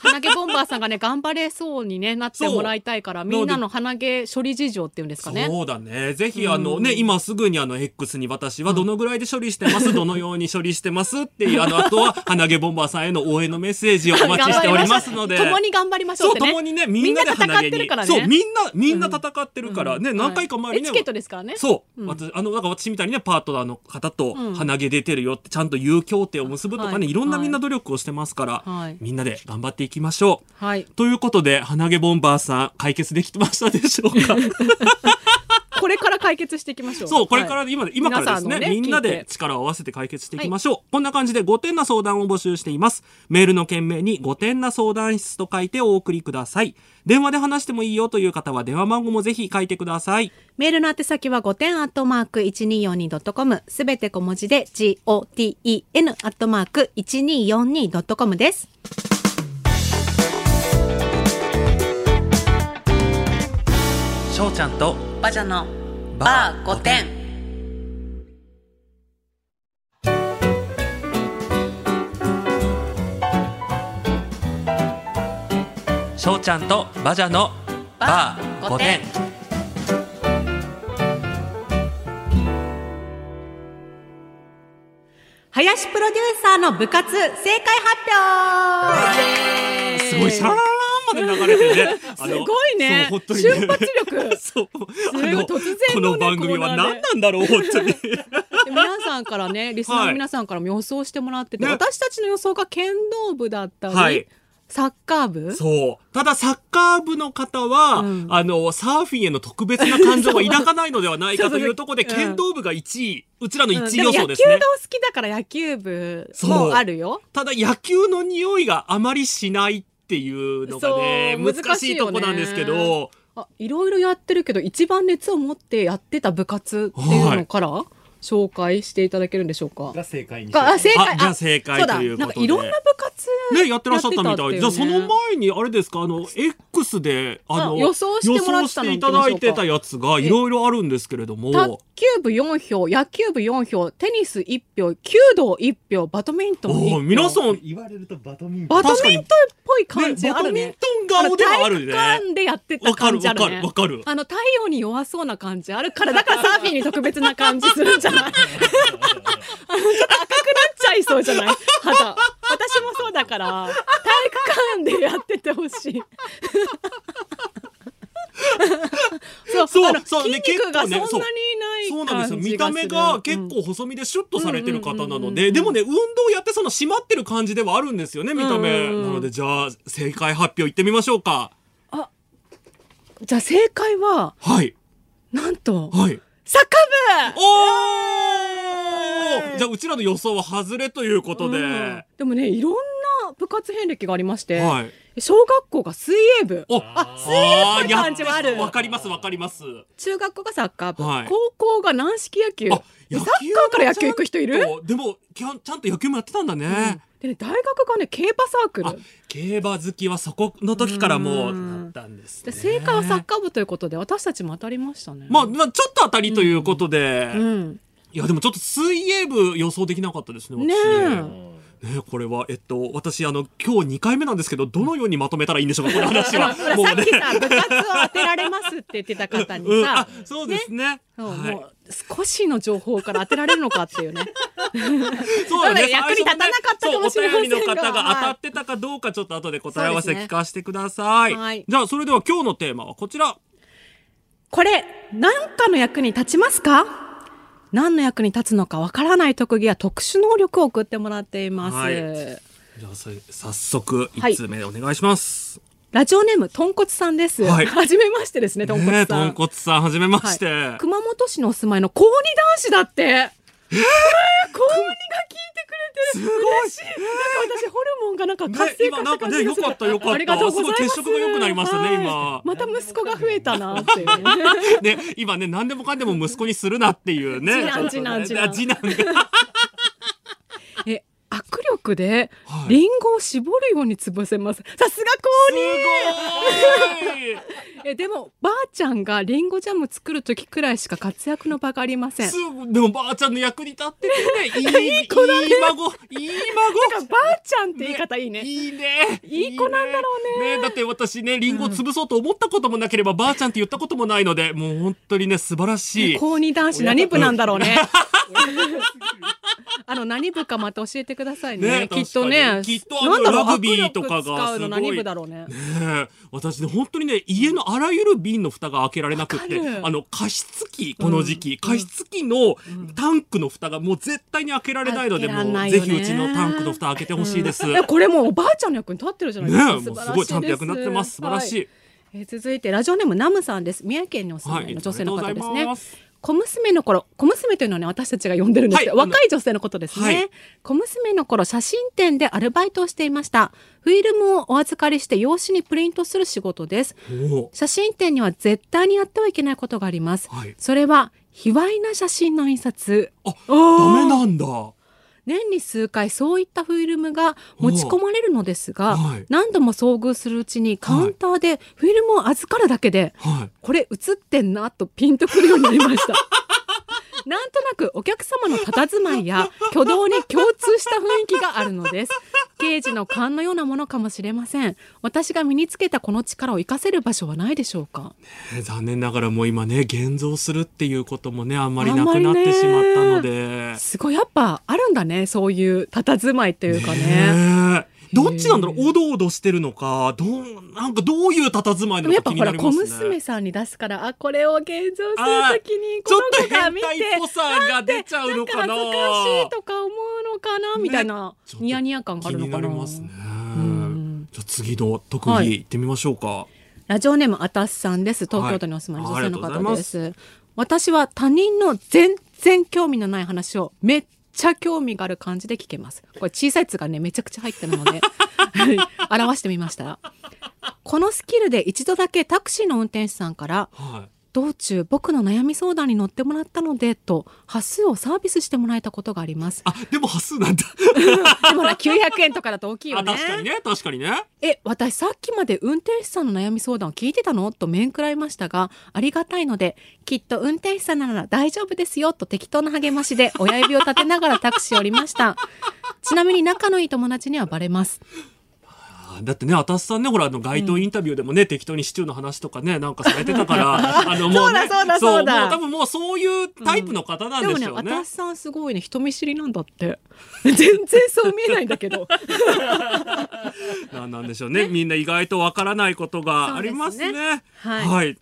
鼻毛ボンバーさんがね頑張れそうに、ね、なってもらいたいから
そう
みんなの鼻毛処理事情っていうんですかね。
そうだね。ぜひ、あのね、今すぐにあの、X に私はどのぐらいで処理して ます、どのように処理してますっていう、あの、あとは、鼻毛ボンバーさんへの応援のメッセージをお待ちしておりますので。
頑張りましょう共に頑張りましょうって
そ
ね。
う、共にね、みんなで鼻毛
みんな戦ってる
に
から。ね
そう、みんな、みんな戦ってるからね、
うん
何回か前にね。
はいエチケットですからね
そう。私、あの、なんか私みたいにね、パートナーの方と鼻毛出てるよって、ちゃんと有協定を結ぶとか
はい
ね、いろんなみんな努力をしてますか
は
ら
い、
みんなで頑張っていきましょう。
はい。
ということで、鼻毛ボンバーさん、解決できてましたでしょうか
これから解決していきましょう。
そう、これから
はい
ね、今で、今からですね
皆さんのね
みんな
聞い
で
て
力を合わせて解決していきましょう。こんな感じで5点な相談を募集しています。メールの件名に5点な相談室と書いてお送りください。電話で話してもいいよという方は電話番号もぜひ書いてください。
メールの宛先は5点アットマーク 1242.com すべて小文字で GOTEN アットマーク 1242.com です。
しょうちゃんと
バジャのバー5点。
しょうちゃんとバジャの
バー御殿
林プロデューサーの部活正解発表
すごいシャララランまで流れてねす
すごいね
そう本当に
瞬発 力
そうあ
すごい
の
突然のね
この番組
コーナ
は
ーで
何なんだろう本当に
皆さんからねリスナーの皆さんからも予想してもらってて、
ね
私たちの予想が剣道部だったり、
はい
サッカー部
そうただサッカー部の方は、
うん
あのサーフィンへの特別な感情が抱かないのではないかというところで
そうそうそう
剣道部が1位うちらの
うん
1位
で
予
も野
想
球
ですね、
が好きだから野球部
そう
もあるよ。
ただ野球の匂いがあまりしないっていうのがね
そう
難しいとこなんですけ
難しいよ
ど
あいろいろやってるけど一番熱を持ってやってた部活っていうのから紹介していただけるんでしょうか。
が正解に
あ正解
あじゃあ正解という
そだ
こと
なんか
で
いろんな部活
ね、やってらっしゃったみたい
やってた
じゃ
っていうね
あその前にあれですかあの X であの
あ予想してもらってたの
予想していただいてたやつが
え
いろいろあるんですけれど
卓
も
球部4票野球部4票テニス1票弓道1票バドミントン1
お
票
ー皆さん
言われるとバドミントン
バドミントンっぽい感じ
ね
あ
バ
るね
ドミントン顔ではあるね
の体育館でやってた感じあるね
わかるわかるわかる
あの太陽に弱そうな感じあるからだからサーフィンに特別な感じするんじゃないあのちょっと赤くなっちゃいそうじゃない肌私もそうだから体育館でやっててほしいそう
そう
あの
そう
筋
ね
肉がそんなに
結構ね
ない
そうなんで
感じが
す
す
よ
る
見た目が結構細身でシュッとされてる方なのででもね運動やってその締まってる感じではあるんですよね見た目
うんうんうん
なのでじゃあ正解発表いってみましょうか
うんじゃあ正解は
はい
なんと
はい
サッカー部
おーじゃあうちらの予想は外れということで、
うんでもねいろんな部活遍歴がありまして、
はい
小学校が水泳部
お
あ水泳部って感じはあ
やっ
る
てわかりますわかります
中学校がサッカー部、
はい
高校が軟式野球
あ
でサッカーから野球行く人いる、
もちゃんとでも基本ちゃんと野球もやってたんだ
うん
ね、
でね大学がね競馬サーク
あ
ル
競馬好きはそこの時からもうだったんです、ね、
で聖火はサッカー部ということで私たちも当たりましたね
まあ、まあ、ちょっと当たりということで、
うん
いやでもちょっと水泳部予想できなかったですね
ね
えねえこれはえっと私あの今日2回目なんですけどどのようにまとめたらいいんでしょうかこの話は
ほら
も
さ
う
っきさ部活を当てられますって言ってた方に
うん、
さ
あ、そうですね
そう
はい
もう少しの情報から当てられるのかっていうね
そうだね、
だから役に立たなかったかもしれませんが
そうお便りの方が当たってたかどうか、ちょっと後で答え合わせ
そうですね
聞かせてください。
はい
じゃあ、それでは今日のテーマはこちら。
これ何かの役に立ちますか何の役に立つのかわからない特技や特殊能力を送ってもらっています、
はいじゃあ、それ早速、
はい
1通目お願いします。
ラジオネームとんこつさんです、
は
はいじめましてですねとんこ
ねえ、
つ
と
さん、
んこつさん、はじめまして。
はい、熊本市のお住まいの高2男子だって。えー、高2が聞いてくれてる。すごいしい。なんか私ホルモンがなんか活性化した感じがする。
なんかね良かった良かった
ありがとうございます。
すごい血色が良くなりましたね
はい
今
また息子が増えたなっていうね。
ね、今ね、何でもかんでも息子にするなっていうね。
次男
ちょっとね
次
あ次男が。
え、握力で
はい
リンゴを絞るように潰せます。さすが高
す
2。え、でもばあちゃんがリンゴジャム作る時くらいしか活躍の場がありません。
ごいすでもばあちゃんの役に立っててね、 いい、いい孫、いい
なん
孫。
かばあちゃんって言い方いいね。
いいね。
いい子なんだろうね
いいね。だって私ね、リンゴを潰そうと思ったこともなければ、ばあちゃんって言ったこともないので、もう本当にね、素晴らしい。
高二男子何部なんだろう ね。あの何部かまた教えてくださいね。
ね
きっとね。
確かにきっとあの
なんだろう
ラグビーとかが
握力使う
すごい
の何部だろうね。
ねえ 私ね、本当にね、家のあらゆる瓶の蓋が開けられなくっ
わか
て、
る
あの、加湿器、この時期、加湿器のタンクの蓋がもう絶対に開けられないので、
開けらん
も
な
う
いよ
ぜ
ね
ひうちのタンクの蓋開けてほしい です。
いやこれもうおばあちゃんの役に立ってるじゃないですか。
ねえもうすごい
素晴らしで
ちゃんと役になってます素晴らしい
はえー続いてラジオネームナムさんです。宮城県にお住まいの女性の方です
はいありがとうござい
ね
ます。
小娘の頃、小娘というのはね、私たちが呼んでるんですけど、
はい
若い女性のことですね、
はい
小娘の頃、写真展でアルバイトをしていました。フィルムをお預かりして用紙にプリントする仕事です。
おう
写真展には絶対にやってはいけないことがあります、
はい
それは卑猥な写真の印刷
あ、
ー
ダメなんだ。
年に数回そういったフィルムが持ち込まれるのですが、
はい
何度も遭遇するうちにカウンターでフィルムを預かるだけで、
はい。
これ映ってんなとピンとくるようになり ましたなんとなくお客様の佇まいや挙動に共通した雰囲気があるのです刑事の勘のようなものかもしれません私が身につけたこの力を活かせる場所はないでしょうか
えー残念ながらもう今ね、現像するっていうこともね、あんまり
あん
な
ま
く
り
な
ね
ってしまったので。
すごいやっぱあるんだねそういう佇まいというかね。
ねえどっちなんだろうおどおどしてるのか、どう、なんかどういう佇まいな
で
の
もやっ
か
ぱ
気にな
ほら
り
小
ますね。
娘さんに出すからあこれを現像するとき
ち
にこ
ょ
の
っと
子が
変
見て
態っぽさが出ちゃう
なん
の
か
か
恥ず
な。
かしいとか思うのかなみたいな
ちょっと
ニヤニヤ感があ
気
るの
に
か
な
な
りますね。
ん
じゃあ次の特
は
技
い
行ってみましょうか。
ラジオネームあたしさんです東京都にお住まいの女性の
はいありがとう
方
ございま
で,、
す
私は他人の全然興味のない話をめっちゃ興味がある感じで聞けますこれ小さい「つ」がねめちゃくちゃ入ってるの で 表してみましたこのスキルで一度だけタクシーの運転手さんから
はい。
道中僕の悩み相談に乗ってもらったのでと端数をサービスしてもらえたことがあります
あ、でも端数なんだ。
でもほら900円とかだと大きいよ
あ、
ね
確かにね、確かにね。
え私さっきまで運転手さんの悩み相談を聞いてたのと面食らいましたがありがたいのできっと運転手さんなら大丈夫ですよと適当な励ましで親指を立てながらタクシーを降りましたちなみに仲のいい友達にはバレます
あだってね、あたしさんね、ほら、あの、街頭インタビューでもね、適当にシチューの話とかね、なんかされてたから、 あの、もう、ね、
そうだそうだそうだ
もう多分もうそういうタイプの方なん
で
で
も
し
ね
ょうね。
私さんすごいね人見知りなんだって全然そう見えないんだけ ど
なんなんでしょうね。みんな意外とわからないことがありますね。
そうですねはい
はい。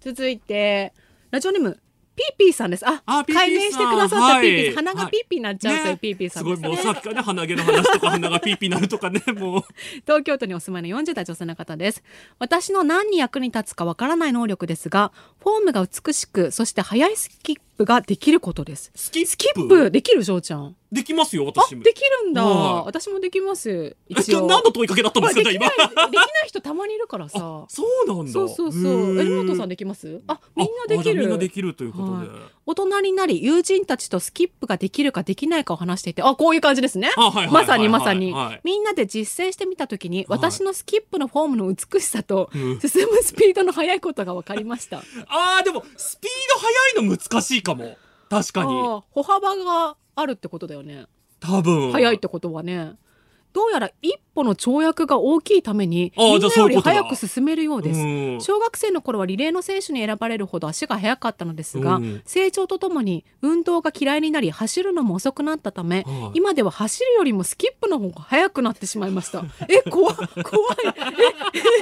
続いてラジオネームピーピーさんですあ
あピーピーさん
改名してくださった
はい
ピーピーさん、鼻がピーピーになっちゃうという
ね
ピーピーさん
すご
で
い
す、
もうさっきからね鼻毛の話とか鼻がピーピーなるとか ねもう
東京都にお住まいの40代女性の方です私の何に役に立つかわからない能力ですがフォームが美しくそして速いスキッププができることです。
スキップ
スキップできる、翔ちゃん。
できますよ、
あ、
私も。
できるんだ。
はい
私もできます。
えじ
一
ゃあ
応。
何の問いかけだったん
ほ
で
ら
すか、
でき
じ
な
ゃあ
い、でき
今。
ない人たまにいるからさ。
そうなんだ。
そうそうそ
へ
う
ー
う。え、もとさんできますあ、みんなで
あじゃ
き
あみんな
る
で。きるということで。
大人になり、友人たちとスキップができるかできないかを話していて、あ、こういう感じですね。
あはいはいはい
まさにまさに、
はい
みんなで実践してみたときに、
はい
私のスキップのフォームの美しさと、
うん
進むスピードの速いことが分かり ました。
あー、でも、スピード速いの難しいかも。確かに。
ああ歩幅があるってことだよね。
多分。
速いってことはね。どうやら一歩の跳躍が大きいために、
ああ
みん
じゃ
な
あそういう
より
ことだ
早く進めるようです。
うん
小学生の頃はリレーの選手に選ばれるほど足が速かったのですが、
うん
成長とともに運動が嫌いになり走るのも遅くなったため、
はい
今では走るよりもスキップの方が速くなってしまい ました。え、怖い、怖い。え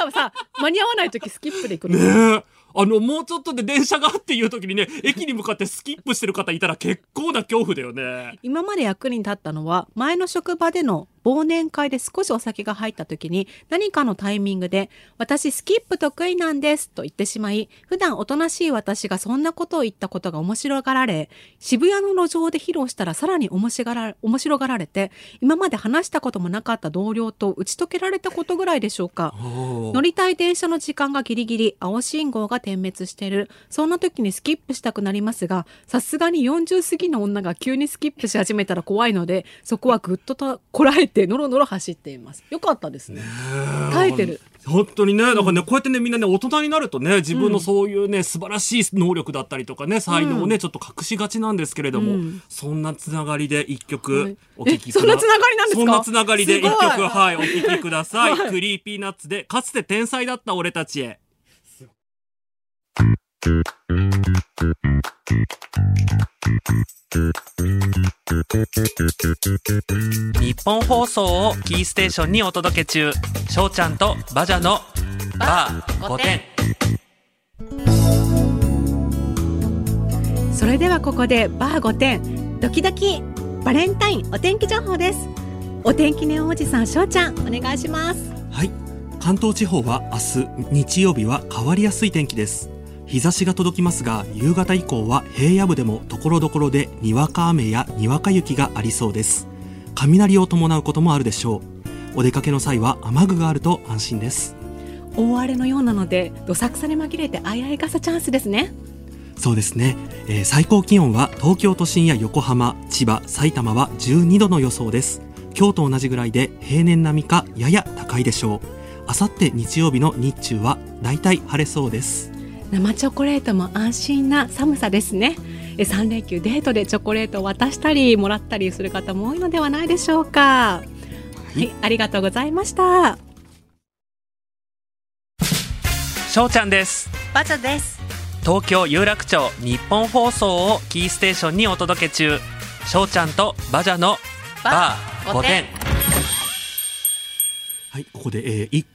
何かさ、間に合わない時スキップで行くの。
ねえ。あの、もうちょっとで電車がっていう時にね、駅に向かってスキップしてる方いたら結構な恐怖だよね。
今まで役に立ったのは前の職場での忘年会で少しお酒が入った時に何かのタイミングで「私スキップ得意なんです」と言ってしまい普段おとなしい私がそんなことを言ったことが面白がられ渋谷の路上で披露したらさらに面白がら面白がられて今まで話したこともなかった同僚と打ち解けられたことぐらいでしょうか。乗りたい電車の時間がギリギリ青信号が点滅してるそんな時にスキップしたくなりますがさすがに40過ぎの女が急にスキップし始めたら怖いのでそこはぐっととこらえてノロノロ走っていますよかったですね耐えてる
本当にね、だからね、こうやってね、みんなね、大人になるとね、自分のそういうね、素晴らしい能力だったりとかね、才能をね、ちょっと隠しがちなんですけれども、そんなつながりで一曲お聴きくだ
えそんなつながりなんですか
そんなつながりで一曲、
すごい
はい、お聴きください。クリーピーナッツで、かつて天才だった俺たちへ。日本放送をキーステーションにお届け中翔ちゃんとバジャのバー5点
それではここでバー5点ドキドキバレンタインお天気情報ですお天気ネオおじさんしょうちゃんお願いします
はい関東地方は明日日曜日は変わりやすい天気です日差しが届きますが夕方以降は平野部でも所々でにわか雨やにわか雪がありそうです雷を伴うこともあるでしょうお出かけの際は雨具があると安心です
大荒れのようなのでどさくさに紛れてあいあい傘チャンスですね
そうですね、えー最高気温は東京都心や横浜千葉埼玉は12度の予想です今日と同じぐらいで平年並みかやや高いでしょうあさって日曜日の日中はだいたい晴れそうです
生チョコレートも安心な寒さですねえ3連休デートでチョコレートを渡したりもらったりする方も多いのではないでしょうかはい、ありがとうございました
しょうちゃんです
バジャです
東京有楽町日本放送をキーステーションにお届け中しょうちゃんとバジャの
バー5点
はい、ここで、えーい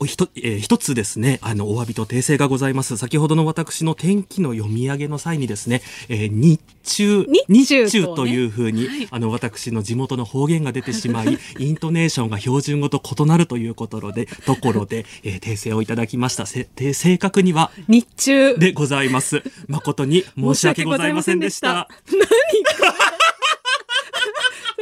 おひと、えー一つですね、あの、お詫びと訂正がございます。先ほどの私の天気の読み上げの際にですね、えー日中、
日中とね
というふうに、あの、私の地元の方言が出てしまい、イントネーションが標準語と異なるということで、ところで、えー訂正をいただきました。せて正確には、
日中
でございます。誠に申し訳ございませんでした。
申し訳ございませんでした何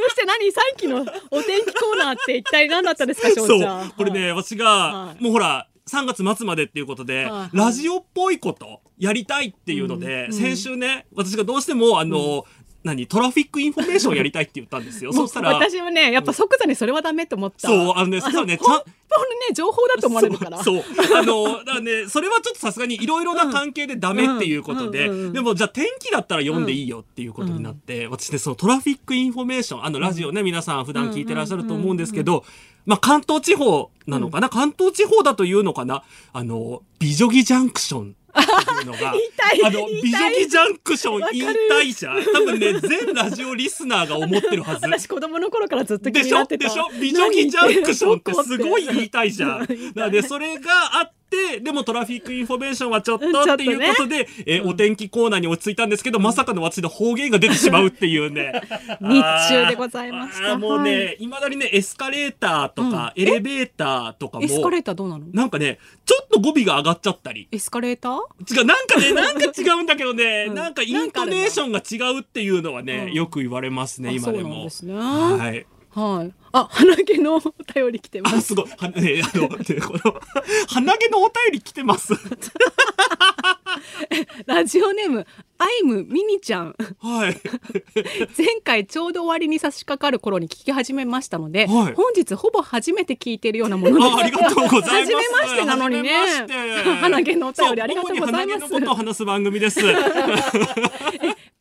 そして何さっきのお天気コーナーって一体何だったんですか翔
そ
ちゃん
う、これね、私が、
はい
もうほら、3月末までっていうことで、
はい
ラジオっぽいことやりたいっていうので、先週ね、私がどうしても、あの、何、トラフィックインフォメーションやりたいって言ったんですよ。
も
そうしたら、
私はねやっぱ即座にそれはダメと思った
そうあのねそしたらねちゃん
本当のね情報だと思われるから
そうそうあのだからね それはちょっとさすがにいろいろな関係でダメっていうことで、
うんうんうんうん
でもじゃあ天気だったら読んでいいよっていうことになって、私ねそのトラフィックインフォメーションあのラジオね、皆さん普段聞いてらっしゃると思うんですけど、まあ、関東地方なのかな、関東地方だというのかなあの美女木ジャンクションっていうのが
痛い
あの
痛い
美女木ジャンクション
わかる
引退者多分ね全ラジオリスナーが思ってるはず
私子供の頃からずっと気
で
に
し
な
ょ
ってた
でしょ美女木ジャンクションってすごい言い
い
たいじゃん。なので、それがあって、て、でもトラフィックインフォメーションはちょっと
うんちょっとね
っていうことで、えーお天気コーナーに落ち着いたんですけど、まさかの私の方言が出てしまうっていう ね。
日中でございました
あーもう
は
ね、いまだにね、エスカレーターとか、エレベーターとかも
エ、スカレーターどうなの
なんかね、ちょっと語尾が上がっちゃったり。
エスカレーター
違う、なんか ね、なんか違うんだけどね、
うん
なんかイントネーションが違うっていうのはね、
うん
よく言われますね、
あ
今で
そうなん
も
で。すね。
は。
はいい。あ、鼻毛のお便り来てま
あ、
す。
すごい。はえーあの、でこの、鼻毛のお便り来てます。
ラジオネーム、アイムミニちゃん。
はい。
前回ちょうど終わりに差し掛かる頃に聞き始めましたので、
はい
本日ほぼ初めて聞いているようなものです
あありがとうございます。
初めましてなのにね
初めまして
鼻毛のお便りありがとうございます
そう主に鼻毛のことを話す番組 です。は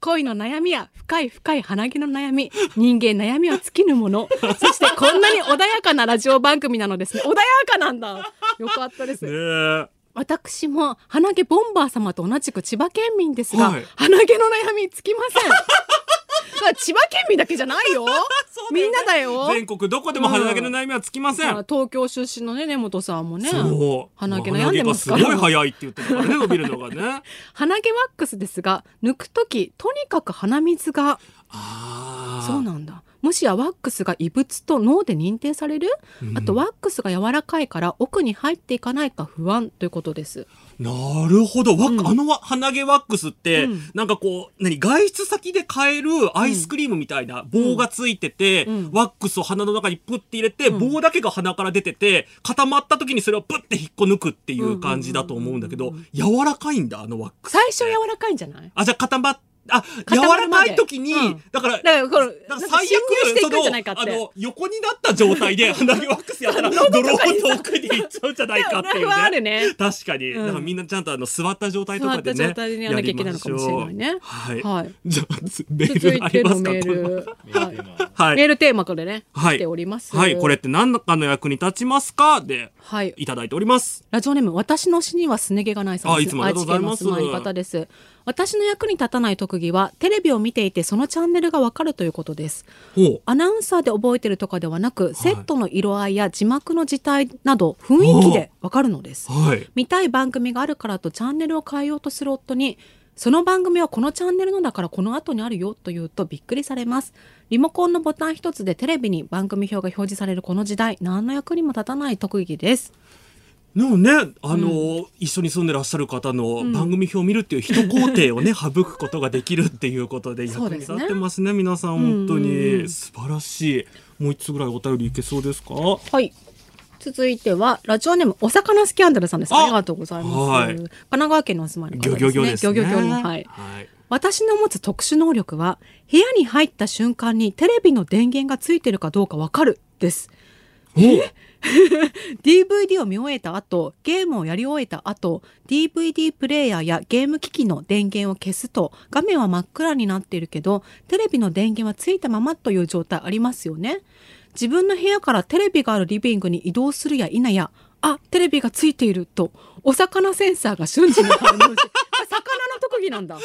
恋の悩みや深い深い鼻毛の悩み人間悩みは尽きぬものそしてこんなに穏やかなラジオ番組なのですね穏やかなんだよかったです、
い
私も鼻毛ボンバー様と同じく千葉県民ですが、
はい
鼻毛の悩み尽きま せんまあ千葉県民だけじゃないよ
だよね
みんなだよ
全国どこでも鼻毛の悩みはつきませ
まあ
ん。
東京出身のね根本さんもね
そう。
鼻毛悩んでますから
鼻毛がすごい早いって言ってるからね、伸びるのがね。
鼻毛ワックスですが抜く時とにかく鼻水が
ああ。
そうなんだもしやワックスが異物と脳で認定される、あとワックスが柔らかいから奥に入っていかないか不安ということです
なるほど。わあのわ鼻毛ワックスって、
うん
なんかこう、何、外出先で買えるアイスクリームみたいな棒がついてて、
うん
ワックスを鼻の中にプッて入れて、棒だけが鼻から出てて、固まった時にそれをプッて引っこ抜くっていう感じだと思うんだけど、柔らかいんだ、あのワックス。
最初柔らかいんじゃない
あ、じゃあ固まっ、あ、柔
固ま
ら
るま
か
で
い時に、
うん
だから、
だからこれ
だから
なんか
最
侵入して
悪、
いく
そ
んじゃないか
の、
っ
あ
て
の、横になった状態で鼻毛ワックスやったら、ドローンと奥に行っちゃうんじゃないかっていう
不安あ
ね
る。ね
確かに、
うん
だからみんなちゃんとあの座った状態とかでね
座った状態でやんなきゃいけないのかもしれないね
やりましょうはい、
はい
じゃあメ
続
ー
い
ルあ
て
りま
の
すか
メール、はい
はい
メールテーマからね、
はい
来ております
はいこれって何らかの役に立ちますかで
はい
いただいております
ラジオネーム私の死にはすね毛がないさん
あ
で
い
す
つもありがとうございます
愛知県の住まい方です私の役に立たない特技はテレビを見ていてそのチャンネルがわかるということです
ほう
アナウンサーで覚えてるとかではなく、セットの色合いや字幕の字体など雰囲気でわかるのです
はい
見たい番組があるからとチャンネルを変えようとする夫にその番組はこのチャンネルのだからこの後にあるよと言うとびっくりされますリモコンのボタン一つでテレビに番組表が表示されるこの時代何の役にも立たない特技です
でもね、あの一緒に住んでらっしゃる方の番組表を見るっていう一工程を ね、省くことができるっていうことで役
そう
に
です
立
ね
ってますね、皆さん本当に素晴らしい。もう一つぐらいお便りいけそうですか。
はい。続いては、ラジオネーム、お魚スキャンダルさんです。
あ
ありがとうございます。
はい
神奈川県のお住まいの
ギ
方
ョギョギョ
で
です
す
ね。
ね。ギョギョギョのはい。
はい
私の持つ特殊能力は、部屋に入った瞬間にテレビの電源がついてるかどうかわかるです。
お
DVD を見終えた後、ゲームをやり終えた後、DVD プレイヤーやゲーム機器の電源を消すと、画面は真っ暗になっているけど、テレビの電源はついたままという状態ありますよね。自分の部屋からテレビがあるリビングに移動するや否や、あ、テレビがついていると、お魚センサーが瞬時に反応し、 これ魚の特技なんだ。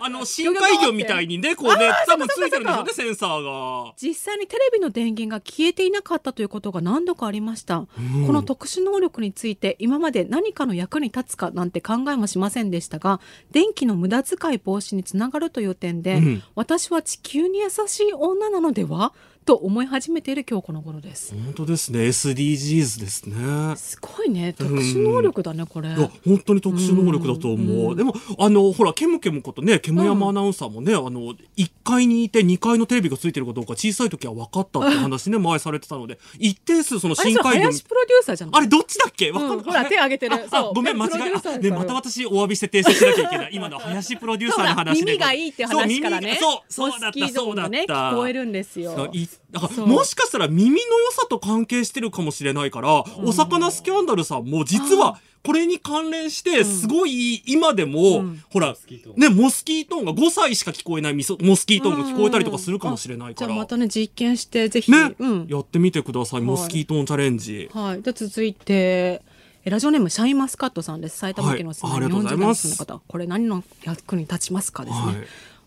あの深海魚みたいにね、こうね、多分ついてるんですよね、センサーが。
実際にテレビの電源が消えていなかったということが何度かありました、この特殊能力について今まで何かの役に立つかなんて考えもしませんでしたが電気の無駄遣い防止につながるという点で、
うん
私は地球に優しい女なのではと思い始めている今日この頃です、
本当ですね、SDGs ですね。
すごいね特殊能力だねこれ、
いや本当に特殊能力だと思う。でも、あの、ほら、ケムケムことね、ケム山アナウンサーもね、あの、1階にいて2階のテレビがついてるかどうか小さい時は分かったって話 ね、前されてたので、一定数その
あれ
深海
それ
魚み
林プロデューサーじゃない
あれどっちだっけわかん
うん
ない。
ほら手挙げてる
あ
そう
ごめん、間違
プロデ
え
ューサ
あ
ーだか
で、
ら
また私お詫びして訂正しなきゃいけない。今のは林プロデューサーの話で。
そうだ耳がいいっていう話からね
そう、そうそうだっ
モスキ
た、
ート
そうだ
も
っ
ね
た。
聞こえるんですよ
いだから
そう
もしかしたら耳の良さと関係してるかもしれないから、お魚スキャンダルさんも実はこれに関連して、すごい今でも、ほら、ね、モスキートーンが5歳しか聞こえないミソモスキートーンが聞こえたりとかするかもしれない
じ
か
ゃあ
ら。
またね実験してぜひ、
ね、
うん、
やってみてください。モスキートーンチャレンジ。
はい、で続いてえラジオネームシャインマスカットさんです埼玉県の住まい
はいありがとうござい
40代
ま
の
す
方、これ何の役に立ちますかですね、
はい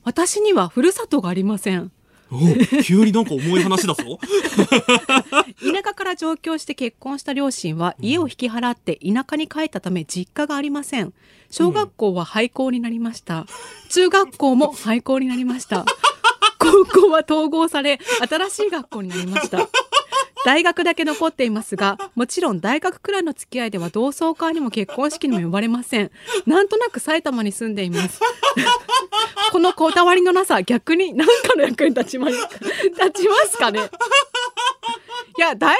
私にはふるさとがありません
お急になんか重い話 だぞ。
田舎から上京して結婚した両親は家を引き払って田舎に帰ったため実家がありません小学校は廃校になりました中学校も廃校になりました 高校は統合され新しい学校になりました大学だけ残っていますがもちろん大学くらいの付き合いでは同窓会にも結婚式にも呼ばれませんなんとなく埼玉に住んでいます このこだわりのなさ逆に何かの役に立ちます立ちますかねいや大学の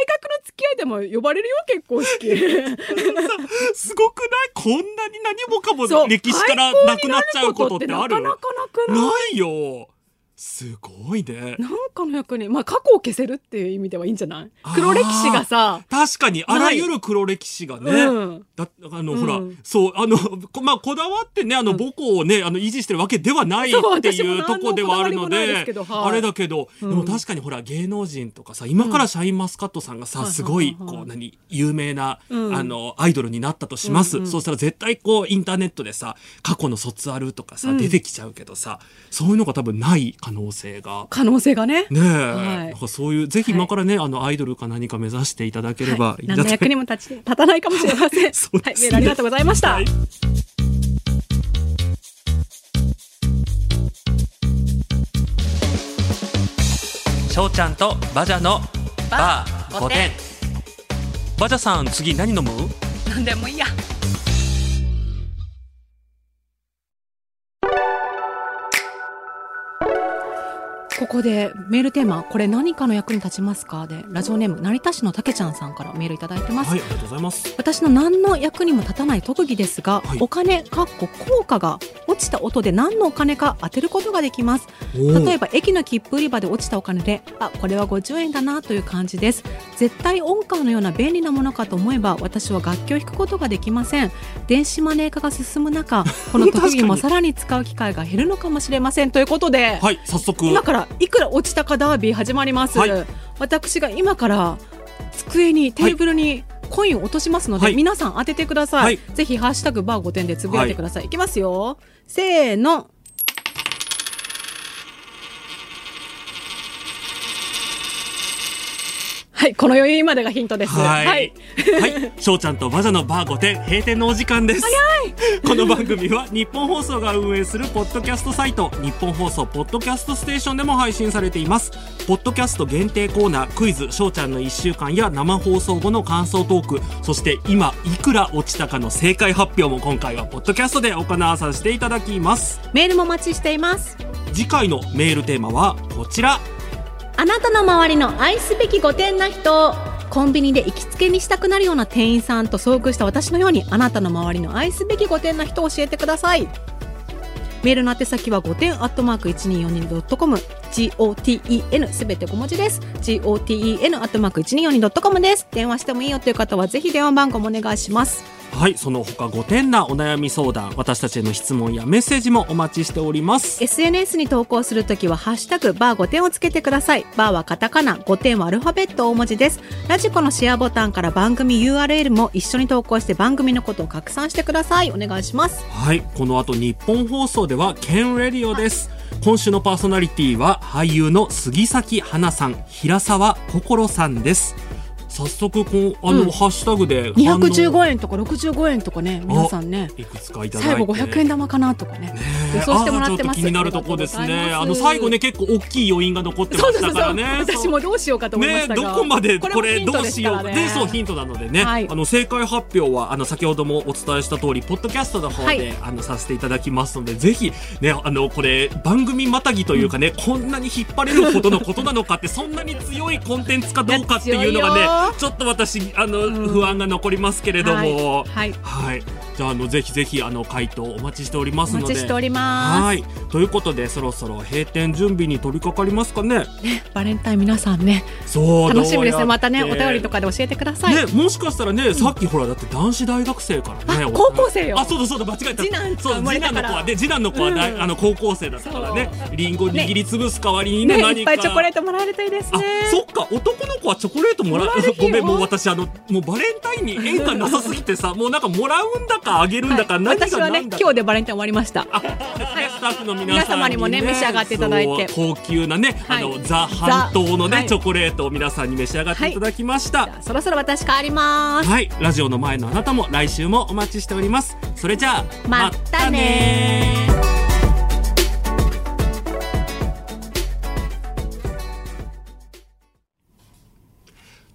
付き合いでも呼ばれるよ結婚 式
すごくないこんなに何もか
そ
も
う
歴史からなくなっちゃうことってある
なかなかなくない
ないよすごいね。
なんかの役にまあ過去を消せるっていう意味ではいいんじゃない
あー
黒歴史がさ
確かに、あらゆる黒歴史がね。
うん
だあの、
うん
ほら、そう、あの、こ まあ、こだわってね、あの、母校をね、あの、維持してるわけではないっ
そう
て
私も
いう
何
と
の
こではあるの
こだわり
で
もないですけど、はい
あれだけど、で
うん
も確かにほら、芸能人とかさ、今からシャインマスカットさんがさ、
はいはいはい
すごい、こう、何、有名な、
うん
あの、アイドルになったとします。そうしたら絶対こう、インターネットでさ、過去の卒アルとかさ、出てきちゃうけどさ、そういうのが多分ない可能性が。
可能性がね
ねえ、
はい
なんかそういう、ぜひ今からね、あの、アイドルか何か目指していただければ
はい
いいんじゃな
何
い
の役にも立ち立たないかもしれませ ん
そう
は
で
い
すね
メールありがとうございました、
はい
翔ちゃんとバジャのバー5点
バジャさん、次何飲む
なんでもいいや
ここでメールテーマこれ何かの役に立ちますかでラジオネーム成田市のたけちゃんさんからメールいただいてます、
はい、ありがとうございます。
私の何の役にも立たない特技ですが、
はい
お金かっこ効果が落ちた音で何のお金か当てることができます例えば駅の切符売り場で落ちたお金であこれは50円だなという感じです絶対音感のような便利なものかと思えば私は楽器を弾くことができません電子マネー化が進 む中この特
確か
技
に
もさらに使う機会が減るのかもしれませんということで、
はい、早速。
今からいくら落ちたかダービー始まります、
はい
私が今から机にテーブルにコインを落としますので、
はい
皆さん当ててください、
はい
ぜひハッシュタグバー5点でつぶやいてください、い、きますよせーのはいこの余裕までがヒントです
はい。はい。翔、ちゃんとバジャのバー5点、閉店のお時間です。 この番組は日本放送が運営するポッドキャストサイト、日本放送ポッドキャストステーションでも配信されています。ポッドキャスト限定コーナー、クイズ、翔ちゃんの1週間や生放送後の感想トーク、そして今いくら落ちたかの正解発表も今回はポッドキャストで行わさせていただきます。
メールもお待ちしています
次回のメールテーマはこちら。
あなたの周りの愛すべき5点な人コンビニで行きつけにしたくなるような店員さんと遭遇した私のようにあなたの周りの愛すべき5点な人を教えてくださいメールの宛先は5点アットマーク 1242.com GOTEN すべて小文字です GOTEN アットマーク 1242.com です電話してもいいよという方はぜひ電話番号もお願いします
はい、その他5点なお悩み相談、私たちへの質問やメッセージもお待ちしております。
SNS に投稿するときは「ハッシュタグバー5点」をつけてくださいバーはカタカナ5点はアルファベット大文字ですラジコのシェアボタンから番組 URL も一緒に投稿して番組のことを拡散してくださいお願いします
はい、この後日本放送ではケンレディオです。今週のパーソナリティは俳優の杉咲花さん、平沢心さんです。早速こうあの、
うん
ハッシュタグで反応
215円とか65円とかね皆さんね
いくつかいただいて
最後500円玉かなとかね予想してもらっ
あーち
てます
ょっと気になるとこです
ありがとうご
ね。
ざいます
あの最後ね結構大きい余韻が残ってま
そう
し
そう
た
そ
から
う、
ね。
私もどうしようかと思いま
ね
し、たが、
どこまでこれ
もヒント
どうしようか
で
ね
すから
そうヒントなのでね、
はい
あの正解発表はあの先ほどもお伝えした通りポッドキャストの方で、
はい
あのさせていただきますのでぜひねあのこれ番組またぎというかね、こんなに引っ張れるほどのことなのかって そんなに強いコンテンツかどうかっていうの
いや強い
が
よ
ねちょっと私あの、
ん
不安が残りますけれども
はいはい
はいじゃああのぜひぜひあの回答お待ちしておりま
お
すので
待ちしておりま
はいということでそろそろ閉店準備に取り掛かりますかね
すバレンタイン皆さんね
そう
楽しみですねまたね
どうや
お
って
便りとかで教えてください、
ね、もしかしたらね、さっきほらだって男子大学生からね
あ
お
高校生よ
あそうだそうだ間違えた
次男
そう
生まれ
次
た
男
か
の
ら
子はで次男の子はだい、
うん
あの高校生だったからねりんご握りつぶす代わりにね
ね、
何か
いっぱいチョコレートもらえるといいです
あ
ね。
そっか男の子はチョコレートもら
もらえる
う
日よ
ごめんもう私あのもうバレンタインに縁がなさすぎてさもうなんかもらうんだかあげるんだから、
は
何
い
が
私はね
何だか
今日でバレンタイン終わりました
あねスタッフの皆さん
皆様にもね召し上がっていただいて
そう高級なね、
はい
あのザ半島のね、
はい
チョコレートを皆さんに召し上がっていただきました、
じゃ
は
あそろそろ私帰りま
い、
す、
ラジオの前のあなたも来週もお待ちしておりますそれじゃあ
またね
またね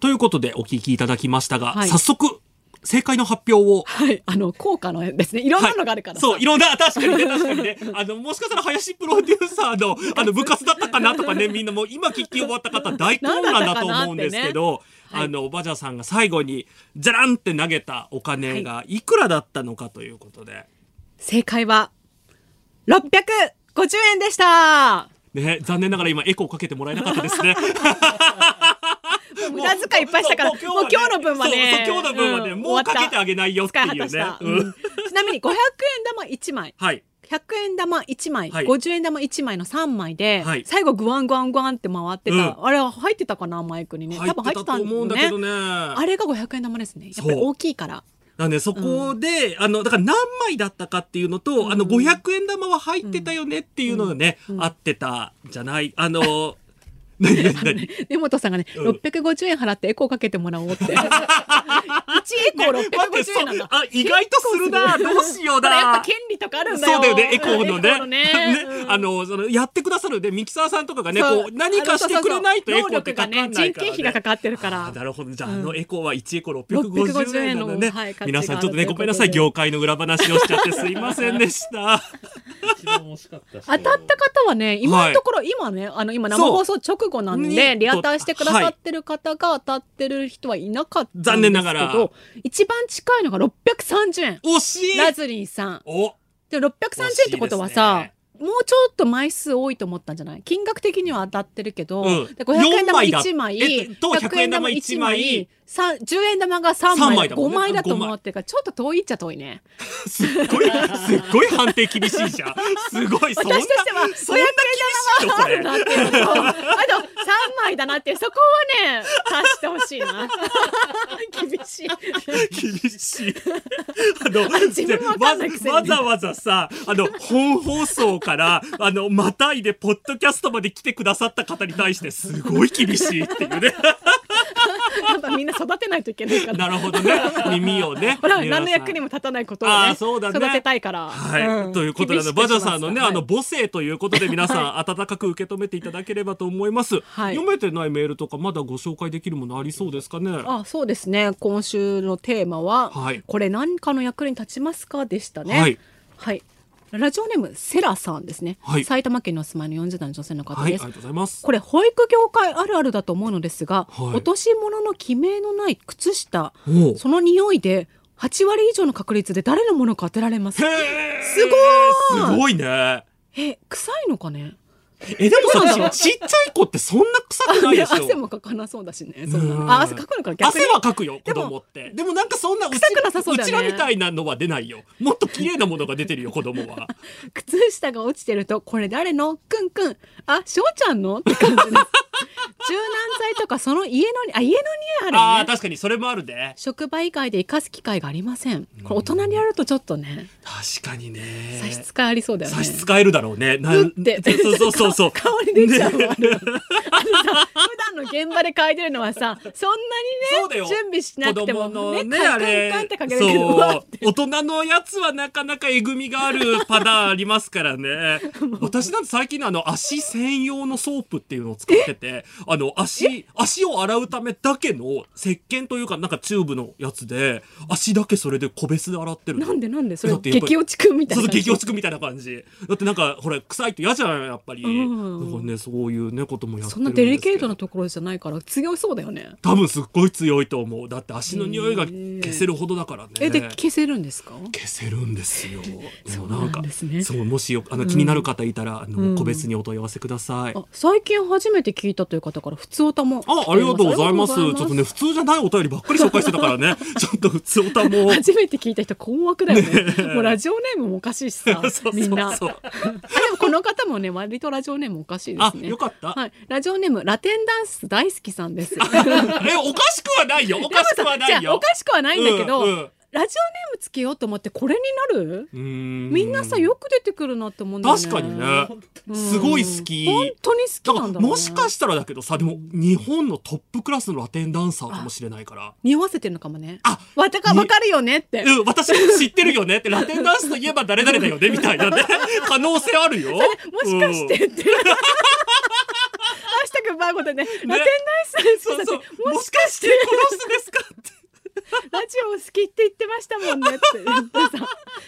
ということでお聞きいただきましたが、
はい
早速正解の発表を
はい、あの効果のですねいろんなのがあるから、
はい、そういろんな 確かにね確かにねあのもしかしたら林プロデューサーのあの部活だったかなとかねみんなもう今聞き終わった方大混乱だと思うんですけど、
なんだったかなってねはい
あのバジャさんが最後にじゃらんって投げたお金がいくらだったのかということで。
正解は650円でした
ね、残念ながら今エコーかけてもらえなかったですね。
無駄遣いいっぱいしたからもう
もう
今日の分はね
そうそう今日の分はね
うん
もうかけてあげないよっていうね
終わった使果たした
うん
うん ちなみに500円玉1枚
はい。
100円玉1枚、
はい
50円玉1枚の3枚で、
はい
最後グワングワングワンって回ってた、
うん
あれは入ってたかなマイクにね多分入ってた
と
んだ
思う
よ
んだ
ね
けどね。
あれが500円玉ですねやっぱり
そう
大きいから
なんで、そこで、あの、だから何枚だったかっていうのと、あの、500円玉は入ってたよねっていうのがね、合ってたんじゃない、あ の、何何何
根本さんがね、
うん
650円払ってエコーかけてもらおう って1エ
待って、そ
コー650円なん
う
だ、
あ、意外とするな、どうしよう
だからやっぱ
だ。
権利とかある
そうん
だよ
だよね、エコーのね。
エコね
ね
うん
あの、その、やってくださるで、ミキサーさんとかがね、
そう
こう、何かしてくれないとエコーってかかんないから、ね。
能力がね人件費がかかってるから
あーなるほど。じゃあ、あ
うん
のエコーは1エコ650円なのね。
650円のはい価値が
皆
ある
さんちょっとね、ごめんなさい。
というこ
業界の裏話をしちゃってすいませんでした。
一番惜しかったし
当たった方はね、今のところ、今ね、あの、今生放送直後なん
そう
で、リアタイしてくださってる方が当たってる人はいなかったんですけど、
残念ながら
一番近いのが630円。
惜しい
ラズリンさん。
お
でも630円ってことはさ、もうちょっと枚数多いと思ったんじゃない金額的には当たってるけど、
うん
で500円玉
4枚だ
1枚、
えっと
100円玉1
100
枚、さん10円玉が3
三
枚、
枚だもん
5
ね
枚だと
五
思
枚
ってるから、ちょっと遠いっちゃ遠いね。
すっごい、すっごい判定厳しいじゃん。すごい、そんな、
私としては
そんな厳しいのこれ。
なっていうのとあと3枚だなっていうそこはね足してほしいな 厳しい
厳しい。あの、
自分わかんないくせに
わざわざさ、あの、本放送から、あの、またいで、ポッドキャストまで来てくださった方に対して、すごい厳しいっていうね。
やっぱみんな育てないといけないから
なるほど ね。耳をね。
ほら
皆さん
何の役にも立たないことを、
あ
ね
ーそうだね
育てたいから、
はい、
ん
ということであの
厳
バ
し
ジャ
くします
さんのね、
はい
あの母性ということで皆さん、温かく受け止めていただければと思います、
はい
読めてないメールとかまだご紹介できるものありそうですかねは
あそうですね今週のテーマは、
はい
これ何かの役に立ちますかでしたね
はい、
はいラジオネームセラさんですね、
はい
埼玉県にお住まいの40代の女性の方
いあり
で
が
す、
とうございます
これ保育業界あるあるだと思うのですが、
はい
落とし物の記名のない靴下
おう
その匂いで8割以上の確率で誰のものか当てられます
へ
す
ー
ごーい
すごいね
え臭いのかね
えでも
そうなの
さちっちゃい子ってそんな臭くないでしょ
汗もかかなそうだしねそんな
うん
のあ汗かくのかな逆
汗
に
はかくよ子
でも
供ってでもなんかそんなうち
臭くなさそうだよね
うちらみたいなのは出ないよもっと綺麗なものが出てるよ子供 は
靴下が落ちてるとこれ誰のくんくんあしょうちゃんのって感じです 柔軟剤とかその家のにあ家の匂いあ
あ
る
ー
ね
確かにそれもあるね
職場以外で生かす機会がありませんこれ大人にやるとちょっとね
確かにね
差し支えありそうだよね
差し支えるだろうね。なん
うって
そうそうそう そう。
香り出ちゃう
ね
わあれはあのさ普段の現場で嗅いでるのはさそん
そう
な
だ
に
よ
ね準備しなくても
子供のね
カンカ
あ
ン
れ
カンってかけるけどわ
そう大人のやつはなかなかえぐみがあるパターンありますから ね私なんて最近のあの足専用のソープっていうのを使っててあの足足を洗うためだけの石鹸というかなんかチューブのやつで足だけそれで個別で洗ってるの
なんでなんでそれ
だってやっぱり
激落ちくんみたい
そ
な
うそう
感じ
激落ちくみたいな感じだってなんかほら臭いと嫌じゃないやっぱり、
うん
だからねそういうねこともやって
そ
る
んなん
です
デ
けど
リケートなところじゃないから強そうだよね
多分すっごい強いと思うだって足の匂いが消せるほどだからね、
えで消せるんですか
消せるんですよでも
そうなんですね
そうもしよあの気になる方いたら、あの個別にお問い合わせください、
あ最近初めて聞いたという方から普通歌も
あありがとうございます
ありが
ちょっとね普通じゃないお便りばっかり紹介してたから ねちょっと普通歌も
初めて聞いた人困惑だよねもうラジオネームもおかしいしさ
そうそうそう
みんなあでもこの方もね割とラジオネームおかしいです
あ
ね
よかった
はい、ラジオネームラテンダンス大好きさんです
えおかしくはないよおかしくはない
じゃあ
よ
おかしくはないんだけど、
うんうん
ラジオネームつけようと思ってこれになる
うーん
みんなさよく出てくるなって思うんだよね
確かにね
うん
すごい好き
本当に
だ
好き
か
な
ら
んだろうね
もしかしたらだけどさでも日本のトップクラスのラテンダンサーかもしれないから
匂わせてるのかもね
あ
わたか
に
わかるよねって
うん、私知ってるよねって、ラテンダンスといえば誰々だよねみたいなね、可能性あるよ。も
もしかしてって。 ハッシュタグバーゴでね、ラテンダンス好き
そ
だ
う
っ
そう
て、。
もしかしてこの人ですかって。
ラジオ好きって言ってましたもんねって言ってさ、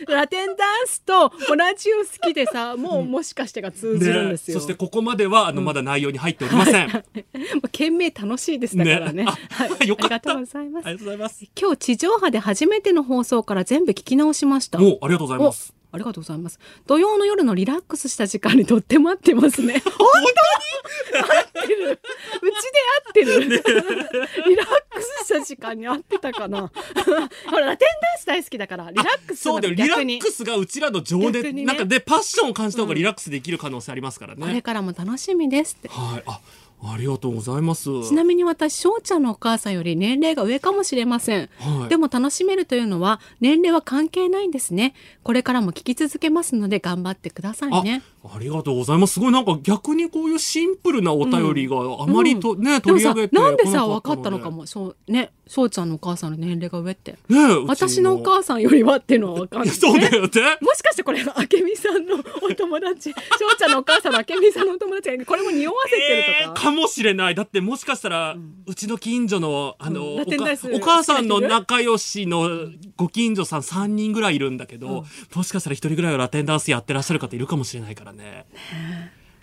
ラテンダンスともラジオ好きでさ、もうもしかしてが通じるんですよ。
そしてここまでは、あの、まだ内容に入っておりま せん。
もう懸命楽しいですだからね。
ね
はい、
あよかった
ありがとうございます
あ。りがとうございます。
今日地上波で初めての放送から全部聞き直しました。
もう、ありがとうございます。
おありがとうございます。土曜の夜のリラックスした時間にとっても合ってます ね。本当に合ってる。うちで合ってる。 リラックスした時間に合ってたかな。 ほらラテンダンス大好きだからリラックス
そう
な
だよ、
の
リラ
逆
ッ
に
ク。スがうちらの情
逆
熱、
にね
なんかで、パッションを感じた方がリラックスできる可能性ありますから
これ
ね。
からも楽しみですって。
はい、あ、ありがとうございます。
ちなみに私翔ちゃんのお母さんより年齢が上かもしれません、
はい
でも楽しめるというのは年齢は関係ないんですねこれからも聞き続けますので頑張ってください
あ
ね
ありがとうございます。すごいなんか逆にこういうシンプルなお便りがあまりと、ね、
で
取
も
り上
さ
げて
なんでさ
こ
分
な
か
で
ったのか。もそうね翔ちゃんのお母さんの年齢が上って
ねえうちも
私のお母さんよりはっていうのは分かんない、ね、
そうだよね。
もしかしてこれあけみさんのお友 達翔ちゃんのお母さんのあけみさんのお友達がこれも匂わせてる
え
と
ー
か、
かもしれないだってもしかしたら、うちの近所のあの、
うんラテンダンス
お母お母さんの仲良しのご近所さん3人ぐらいいるんだけど、もしかしたら1人ぐらいはラテンダンスやってらっしゃる方いるかもしれないからね。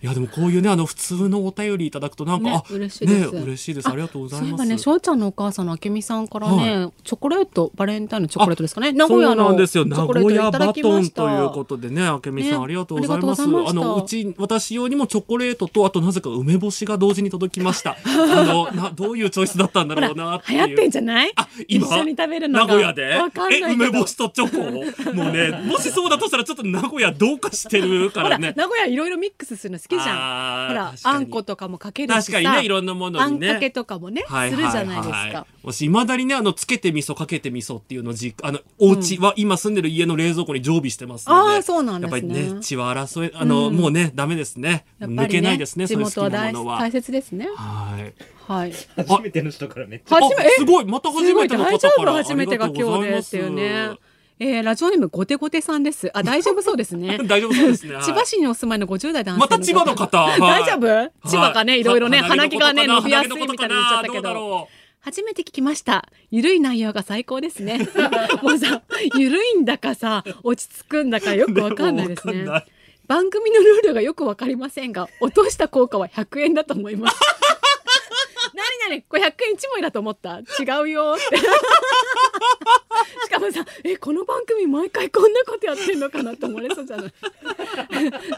いやでもこういうねあの普通のお便りいただくとなんか、
ね
あ
嬉しいです
ね嬉しいですありがとうござい
そういえ
ま
ば
す。
ね、翔ちゃんのお母さんのあけみさんからね、チョコレート、バレンタインのチョコレートですかね。名古屋
そう
の
なんです
チ
よ名
ョコレート
古屋
いただ
バ
き
ト
ま
ン
した。
ということでね、あけみさん、
ね
ありがとうございます。
ありがとうございま
あ
した
のうち私用にもチョコレートとあとなぜか梅干しが同時に届きま した。あのなどういうチョイスだったんだろうなって
流行
い
ってん
う。
じゃない
あ、今
一緒に食べるのが
名古屋で
わかんないけど
え梅干しとチョコ をもうねもしそうだとしたらちょっと名古屋どうかしてるか
ほ
ら
ら、
ね
名古屋いろいろミックスするの好きじゃ
あー
ん。ほら
確、かに
あんことかもかけるしさ
確かにねいろんなものにね
あんかけとかもね、するじゃないですか。
もし、いまだにね、あの、つけて味噌、かけて味噌っていうのをじ、あの、お家は、今住んでる家の冷蔵庫に常備してますので。
あーそうなんですね
やっぱりね、血は争え、あの、もうね、ダメですね。
やっぱ
抜
り
けない
ね、
ですね、
地
そういう好
元
きな
は
も
大
のは。
大切ですね。
はい。
はい。
初めての人からめっちゃ。
初め
あすごいまた初めての方から
すごい大丈夫初めてが今日でっていう
ありがとうございま
ね
す。
えー、ラジオネームゴテゴテさんです。あ、大丈夫そうですね
。大丈夫そう ですね。はい
千葉市にお住まいの50代男性
また千葉の 方。はい
大丈夫千葉がね
はい
ろいろね鼻毛がね
鼻
伸
毛のこ
びやす
と
い
か
みたいなの言っちゃったけ
鼻毛のことかなどうだ
ど
ろう
初めて聞きました。ゆるい内容が最高です ね。もうさ、ゆるいんだかさ、落ち着くんだかよくわかんないで す
で
ね
もわかんない。
番組のルールがよくわかりませんが、落とした効果は100円だと思います。 何々これ100円1枚だと思った違う よって。しかもさ、え、この番組毎回こんなことやってんのかなって思われそうじ ゃない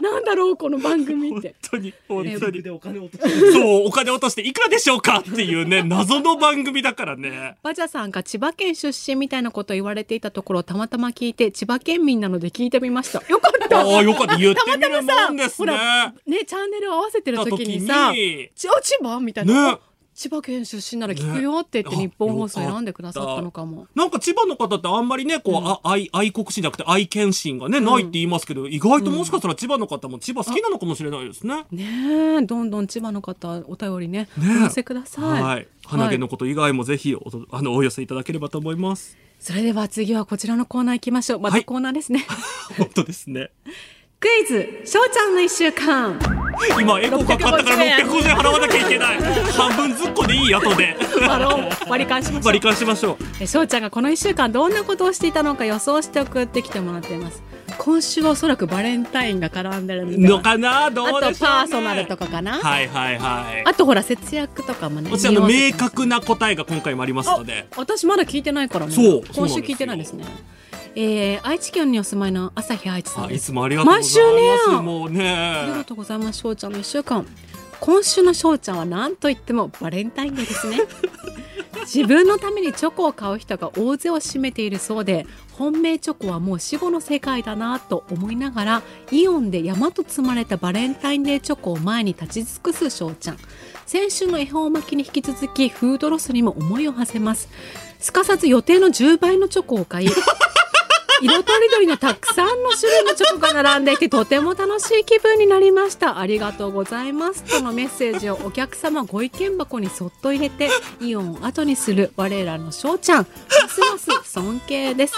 なんだろう、この番組って。
本当に、本当に。
でお金落として
そう、お金落としていくらでしょうかっていうね、謎の番組だからね。
バジャさんが千葉県出身みたいなことを言われていたところをたまたま聞いて千葉県民なので聞いてみました。よか った。
ああ、よかった。言ってみるも
さ
んです
ほ
ね。
らねチャンネルを合わせてる時にさ「
時に
ちあ千葉?」みたい
ね
な、あ千葉県出身なら聞くよ」って言って
ね
日本放送選んでくださったのかも。
なんか千葉の方ってあんまりね、こう、あ愛、愛国心じゃなくて愛犬心がね、ないって言いますけど、意外ともしかしたら千葉の方も千葉好きなのかもしれないですね。
ねえどんどん千葉の方お便りね
ね
お寄せください。
はい。鼻毛のこと以外もぜひおと、あの、お寄せいただければと思い ます。
それでは次はこちらのコーナー行きましょう。ま
は
た
い
コーナーですね。
本当ですね。
クイズ、しょうちゃんの一 週間。
今、エコーかかったから
650円
650円払わなきゃいけない。 半分ずっこでいい、後で。
あの割り返しましょう
割り返し ましょう。
えしょうちゃんがこの1週間どんなことをしていたのか予想して送ってきてもらっています今週はおそらくバレンタインが絡んでるんで
の
は
かなどう
あ
でしょ
と
う、ね、
パーソナルとかかな、
はいはいはい。
あとほら節約とかもね
もちろんあの明
匂わせてます
確な答えが今回もありますので。
私まだ聞いてないからね
そう
今週聞いてないですねえー、愛知県にお住まいの朝日愛知
あ
さんで
い
す
つもありがとうございます。
毎週ね
もう
ありが
ね。
とうございますしょうちゃんの1週間今週のしょうちゃんは何と言ってもバレンタインデーですね自分のためにチョコを買う人が大勢を占めているそうで本命チョコはもう死後の世界だなと思いながらイオンで山と積まれたバレンタインデーチョコを前に立ち尽くす翔ちゃん先週の恵方巻きに引き続きフードロスにも思いを馳せますすかさず予定の10倍のチョコを買い色とりどりのたくさんの種類のチョコが並んでいてとても楽しい気分になりましたありがとうございますとのメッセージをお客様ご意見箱にそっと入れてイオンを後にする我らの翔ちゃんますます尊敬です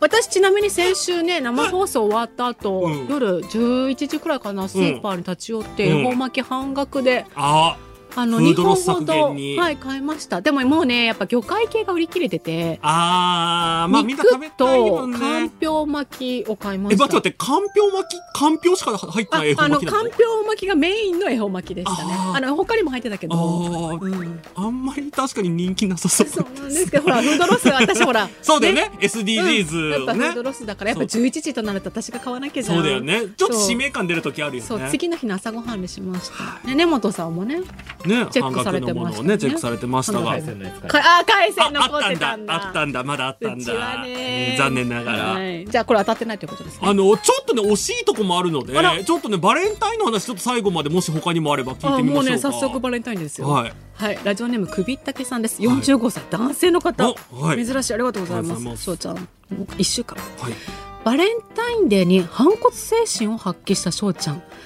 私ちなみに先週ね生放送終わった後、
うん
夜11時くらいかなスーパーに立ち寄って
うん
恵方巻き半額で、
あ
あの
フ
2
ードロ
本
ス
ほど
削減に
はい買いましたでももうねやっぱ魚介系が売り切れてて
あー、まあみんな食べ
肉
たいも
と
ん
かん
ね。
ぴょう巻きを買いま
え、
した。
待って待って、かんぴょう巻きかんぴょうしか入って
あ
ない絵
あ
本
の
巻きな
か
の
んぴょう巻きがメインの恵方巻きでしたね。
あ
あ
ー
の他にも入ってたけど。
あー
うん、
あんまり確かに人気なさそう。
そうなんですけどほらフードロス私ほら
そうだよね。
うんや
SDGs
っ
を
ぱフ
ね
ード。ロスだからやっぱ11時となると私が買わなきゃじゃん
そうだよね。ちょっと使命感出る時あるよ
そう
ね。
次の日の朝ごはんにしました、ね根本さんもね
ね、
チェ
半
ックさ
額
れ
の
て
も
ま
の
し
を
たね
ね、チェックされてましたが
海。鮮のやつか
かあ海鮮
あ
残っ
あってた
た
んだ、
んだ
あったんだ、まだあったん
うちは
だ。
ね
残念ながら。
はい、じゃあこれ当たってないということですね
あの、ちょっとね、惜しいとこもあるので
あら、
ちょっとね、バレンタインの話、ちょっと最後までもし他にもあれば聞い
あ
てみま
もう
しょ
ね
うか。
早速バレンタインですよ
はい。
はい、ラジオネームくびったけさんです。
い
45歳、男性の方、
おはい
珍しい、ありがとうござい
あ
ま
りがとうございます
す。翔ちゃん、一週間。
はい。
バレンタインデーに反骨精神を発揮した翔ちゃん。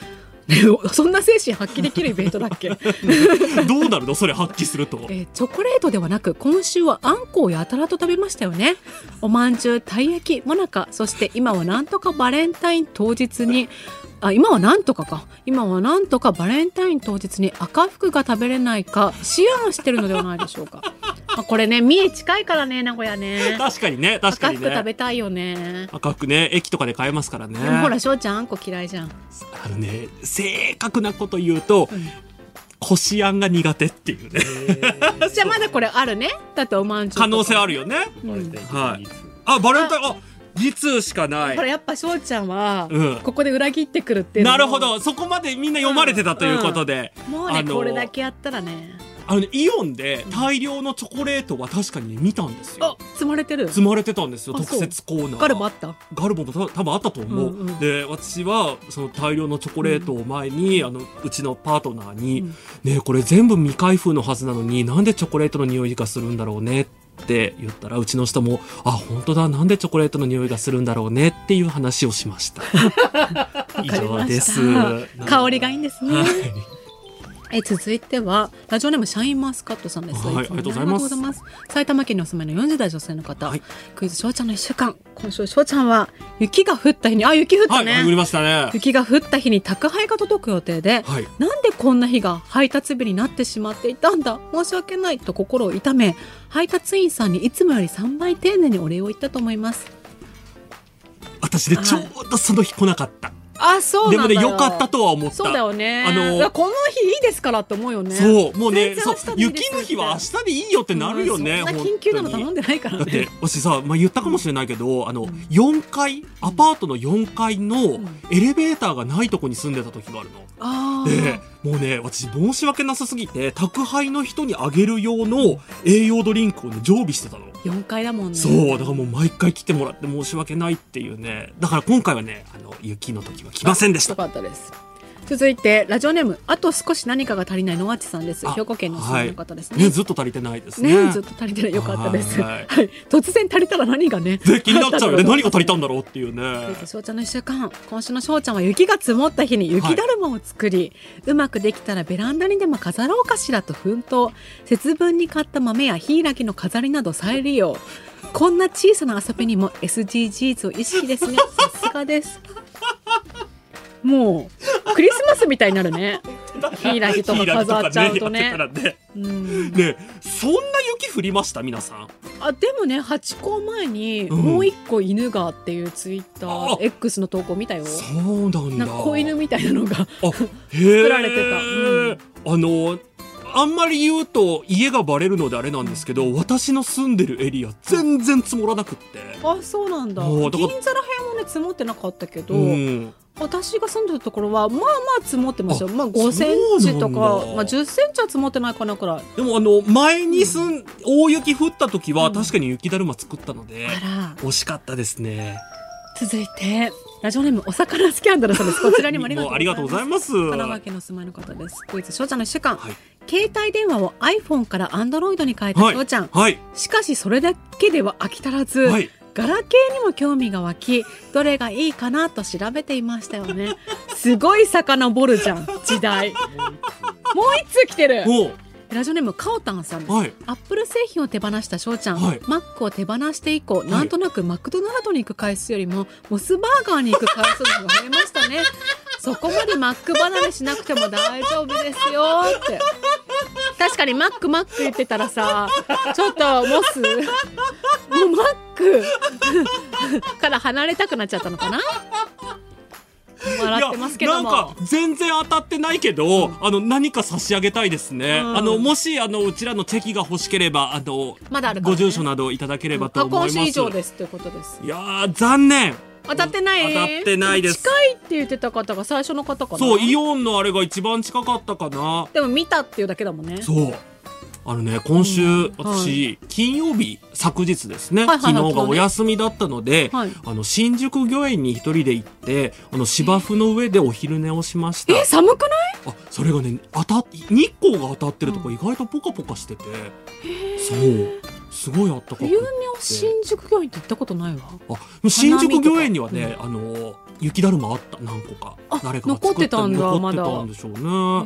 ねそんな精神発揮できるイベントだっけ。
どうなるのそれ発揮すると。
えーチョコレートではなく今週はあんこをやたらと食べましたよねおまんじゅうたい焼きもなかそして今はなんとかバレンタイン当日にあ今はなんとかか今はなんとかバレンタイン当日に赤服が食べれないか思案してるのではないでしょうか あこれね三重近いからね名古屋ね
確かにね、確か
赤
に
服食
ね。
べたいよね
赤くね、駅とかで買えますからね。
でもほら翔ちゃんあんこ嫌いじゃん
あのね、正確なこと言うと
うん、
こしあんが苦手っていうね。
じゃあまだこれあるねだっておまんじゅうとか
可能性あるよね。
うん
はい。あ、バレンタイン、あ、2通しかな
ほら
い。
やっぱ翔ちゃんは、
うん
ここで裏切ってくるっていうのも
なるほど。そこまでみんな読まれてたということで。
もうね、
あの
これだけやったらね
あのね、イオンで大量のチョコレートは確かにね見たんですよ
あ。積まれてる
積まれてたんですよ
あそう
特設コーナー
ガルもあった
ガルボも多分多分あったと思う、
うんうん
で私はその大量のチョコレートを前に、あのうちのパートナーに「
うん
ねえこれ全部未開封のはずなのになんでチョコレートの匂いがするんだろうね」って言ったらうちの人も「あ本当だなんでチョコレートの匂いがするんだろうね」っていう話をしました 以上です
わかりました香りがいいんですね、
はい
え続いてはラジオネームシャインマスカットさんです、
はい
つ
ありが
もね
とうございます
ありがとうございます埼玉県にお住まいの40代女性の方、
はい
クイズ翔ちゃんの一週間今週翔ちゃんは雪が降った日にあ雪降った
はい、
ね、
巡りましたね
雪が降った日に宅配が届く予定で、
はい
なんでこんな日が配達日になってしまっていたんだ申し訳ないと心を痛め配達員さんにいつもより3倍丁寧にお礼を言ったと思います
私でちょうどその日来なかった、
あそう
で
な
も
んだ
ね良かったとは思った
そうだよね。
あのー
だからこの日いいですからって思うよね。
そう、もうね、
全然
そ
明
う
日、でいいで
雪
す
の日は明日でいいよってなるよね。
うんそんな緊急なの頼ん
本
でないか
当に
ら
だって
ね。、
私さ、まあ、言ったかもしれないけど、あの、4階、アパートの4階の
ん
エレベーターがないとこに住んでた時があるの。
あ
で
ー、
もうね、私申し訳なさすぎて、宅配の人にあげる用の栄養ドリンクをね、常備してたの。
四階だもんね。
そう、だからもう毎回来てもらって申し訳ないっていうね。だから今回はね、あの、雪の時は来ませんでした
よ。かったです。続いてラジオネームあと少し何かが足りないのわちさんです。
あ
兵庫県の住民の方です
はいね、
ね。
ずっと足りてないですね。
ねずっと足りてないよかったです。
は
はいい、突然足りたら何がね。
で気になっちゃうよ ね。何が足りたん
だ。
だろうっていうね。
翔ちゃんの一週間今週の翔ちゃんは雪が積もった日に雪だるまを作り、うまくできたらベランダにでも飾ろうかしらと奮闘節分に買った豆やヒイラギの飾りなど再利用こんな小さな遊びにも SDGs を意識です ねさすがですもうクリスマスみたいになるねヒイラギとか飾っちゃうとね
ヒイラギとかねやって
うん
たらねねそんな雪降りました皆さん。
あでもね8個前に
うん
もう1個犬がっていうツイッタ
あ
ー X の投稿見たよ
そうなんだ。
なんか子犬みたいなのが
あ、へえ。
られてたうん
あのあんまり言うと家がバレるのであれなんですけど私の住んでるエリア全然積もらなくって
あそうなんだ
おー
銀
だから
座ら辺もね積もってなかったけど、
うん
私が住んでるところはまあまあ積もってましたよ
あ
まあ5センチとか、
そうなんだ
まあ、10センチは積もってないかなくらい
でもあの前にすん、大雪降った時は確かに雪だるま作ったので、
あら
惜しかったですね
続いてラジオネームお魚スキャンダルさん ですこちらにも
もうあ
あ
り
り
が
が
とう
とう
ご
ご
ざ
ざ
い
い
ま
ますす神奈川県の住まいの方ですクイズ翔ちゃんの1週間、
はい
携帯電話を iPhone から Android に変えた
はい
翔ちゃん、
はい
しかしそれだけでは飽き足らず、
はい
ガラケーにも興味が湧きどれがいいかなと調べていましたよねすごい遡るじゃん時代もう一通来てる
おう
ラジオネームかおたんさんです、
はい
アップル製品を手放した翔ちゃん、
はい
マックを手放して以降、
い
なんとなくマクドナルドに行く回数よりもモスバーガーに行く回数の方が増えまし たねそこまでマック離れしなくても大丈夫ですよって確かにマックマック言ってたらさちょっとモスもうマック から離れたくなっちゃったのかな笑ってますけども
いやなんか全然当たってないけど、あの何か差し上げたいですね、
うん
あのもしあのうちらのチェキが欲しければあの
まだあるから
ご住
ね
所などいただければと
あ
思いま
今
す
週以上ですということです
いやー残念
当たってない
当たってないです
近いって言ってた方が最初の方かな
そうイオンのあれが一番近かったかな
でも見たっていうだけだもんね
そうあのね今週、
うん
私、金曜日昨日ですね、
はいはいはい
昨日がお休みだったので、
はい
あの新宿御苑に一人で行ってあの芝生の上でお昼寝をしました
え寒くない
あそれがね当たっ日光が当たってるとこ意外とポカポカしてて、そうすごいあったかく
冬寝を新宿御苑って行ったことないわ
あ新宿御苑にはね、あの雪だるまあった何個か
あ
誰かが作って
残ってたんだ
残ってたんでしょう
え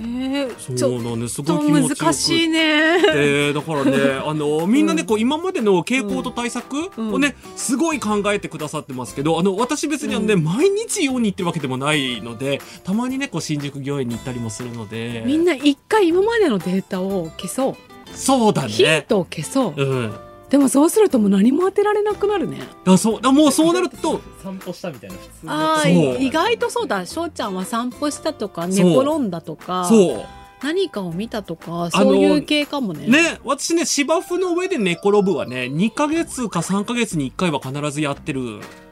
ね、
ー、ち
そ
ょ
う
っ
なんですすご
と
い気持ちよく
難しいね
えーだから ね、あのみんなね、こう今までの傾向と対策
うん
をね、すごい考えてくださってますけど、あの私別にあのね、毎日ように行ってるわけでもないので、たまにね、こう新宿御苑に行ったりもするので、
みんな一回今までのデータを消そう
そうだ
ヒン
ね。
トを消そう、
うん。
でもそうするともう何も当てられなくなるね
だそうだもうそうなると
散歩したみたいな普通の
あ
ーそう
ー意外とそうだ翔ちゃんは散歩したとか
そ
寝
う
転んだとか
そ
何かを見たとかそういう系かもね
うね私ね芝生の上で寝転ぶはね2ヶ月か3ヶ月に1回は必ずやってる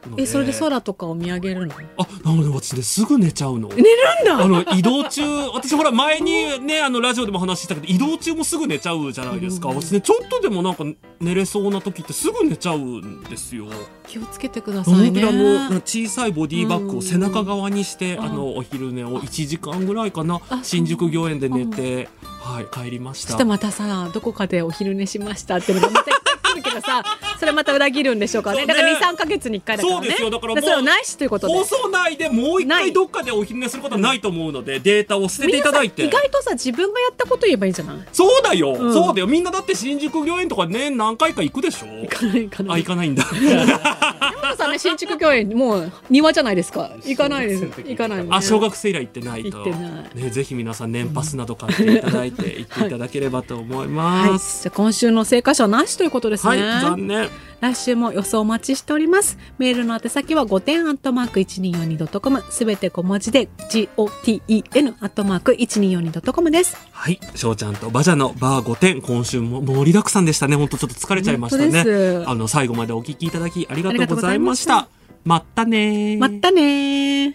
ので
えそれで空とかを見上げるの
あなので私ねすぐ寝ちゃうの
寝るんだ
あの移動中私ほら前にねあのラジオでも話したけど移動中もすぐ寝ちゃうじゃないですか、
うん
私ねちょっとでもなんか寝れそうな時ってすぐ寝ちゃうんですよ
気をつけてください
本当
ね。
にあの小さいボディバッグを背中側にして、
うん
あのお昼寝を1時間ぐらいかな
あ
新宿御苑で寝て、はい、帰りまし
そ
た
してまたさどこかでお昼寝しましたっていうのがまた来るけ どさそれまた裏切るんでしょうからね
そ
だ
うね
から23か月に1回だからね
そうですよだからもう
それをないしということで
放送内でもう一
な
回
い
どっかでお昼寝することはないと思うのでデータを捨てていただいて
みんなさ意外とさ自分がやったこと言えばいいんじゃない
そうだよ、
うん
そうだよみんなだって新宿御苑とかね何回か行くでしょ
行かない行か
あ
ない
行かないんだ
でもさね新宿御苑もう庭じゃないですか行かないです
小学生の時
行かないよね
あ小学生以来行ってないと
行ってない
ね、ぜひ皆さん年パスなど買っていただいて行っていただければと思い
はい
ま
じ
す、
ゃあ今週の成果賞なしということです
はい
ね、
残念
来週も予想お待ちしておりますメールの宛先は5点アットマーク 1242.com すべて小文字で GOTEN アットマーク 1242.com です
はい翔ちゃんとバジャのバー5点今週も盛りだくさんでしたね本当ちょっと疲れちゃいました
本当で
ね
す
あの最後までお聞きいただきありが
あり
と
が
うご
とうご
ざ
ざ
い
い
ま
ま
し
したた
まったねー
まったね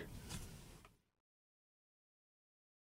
ー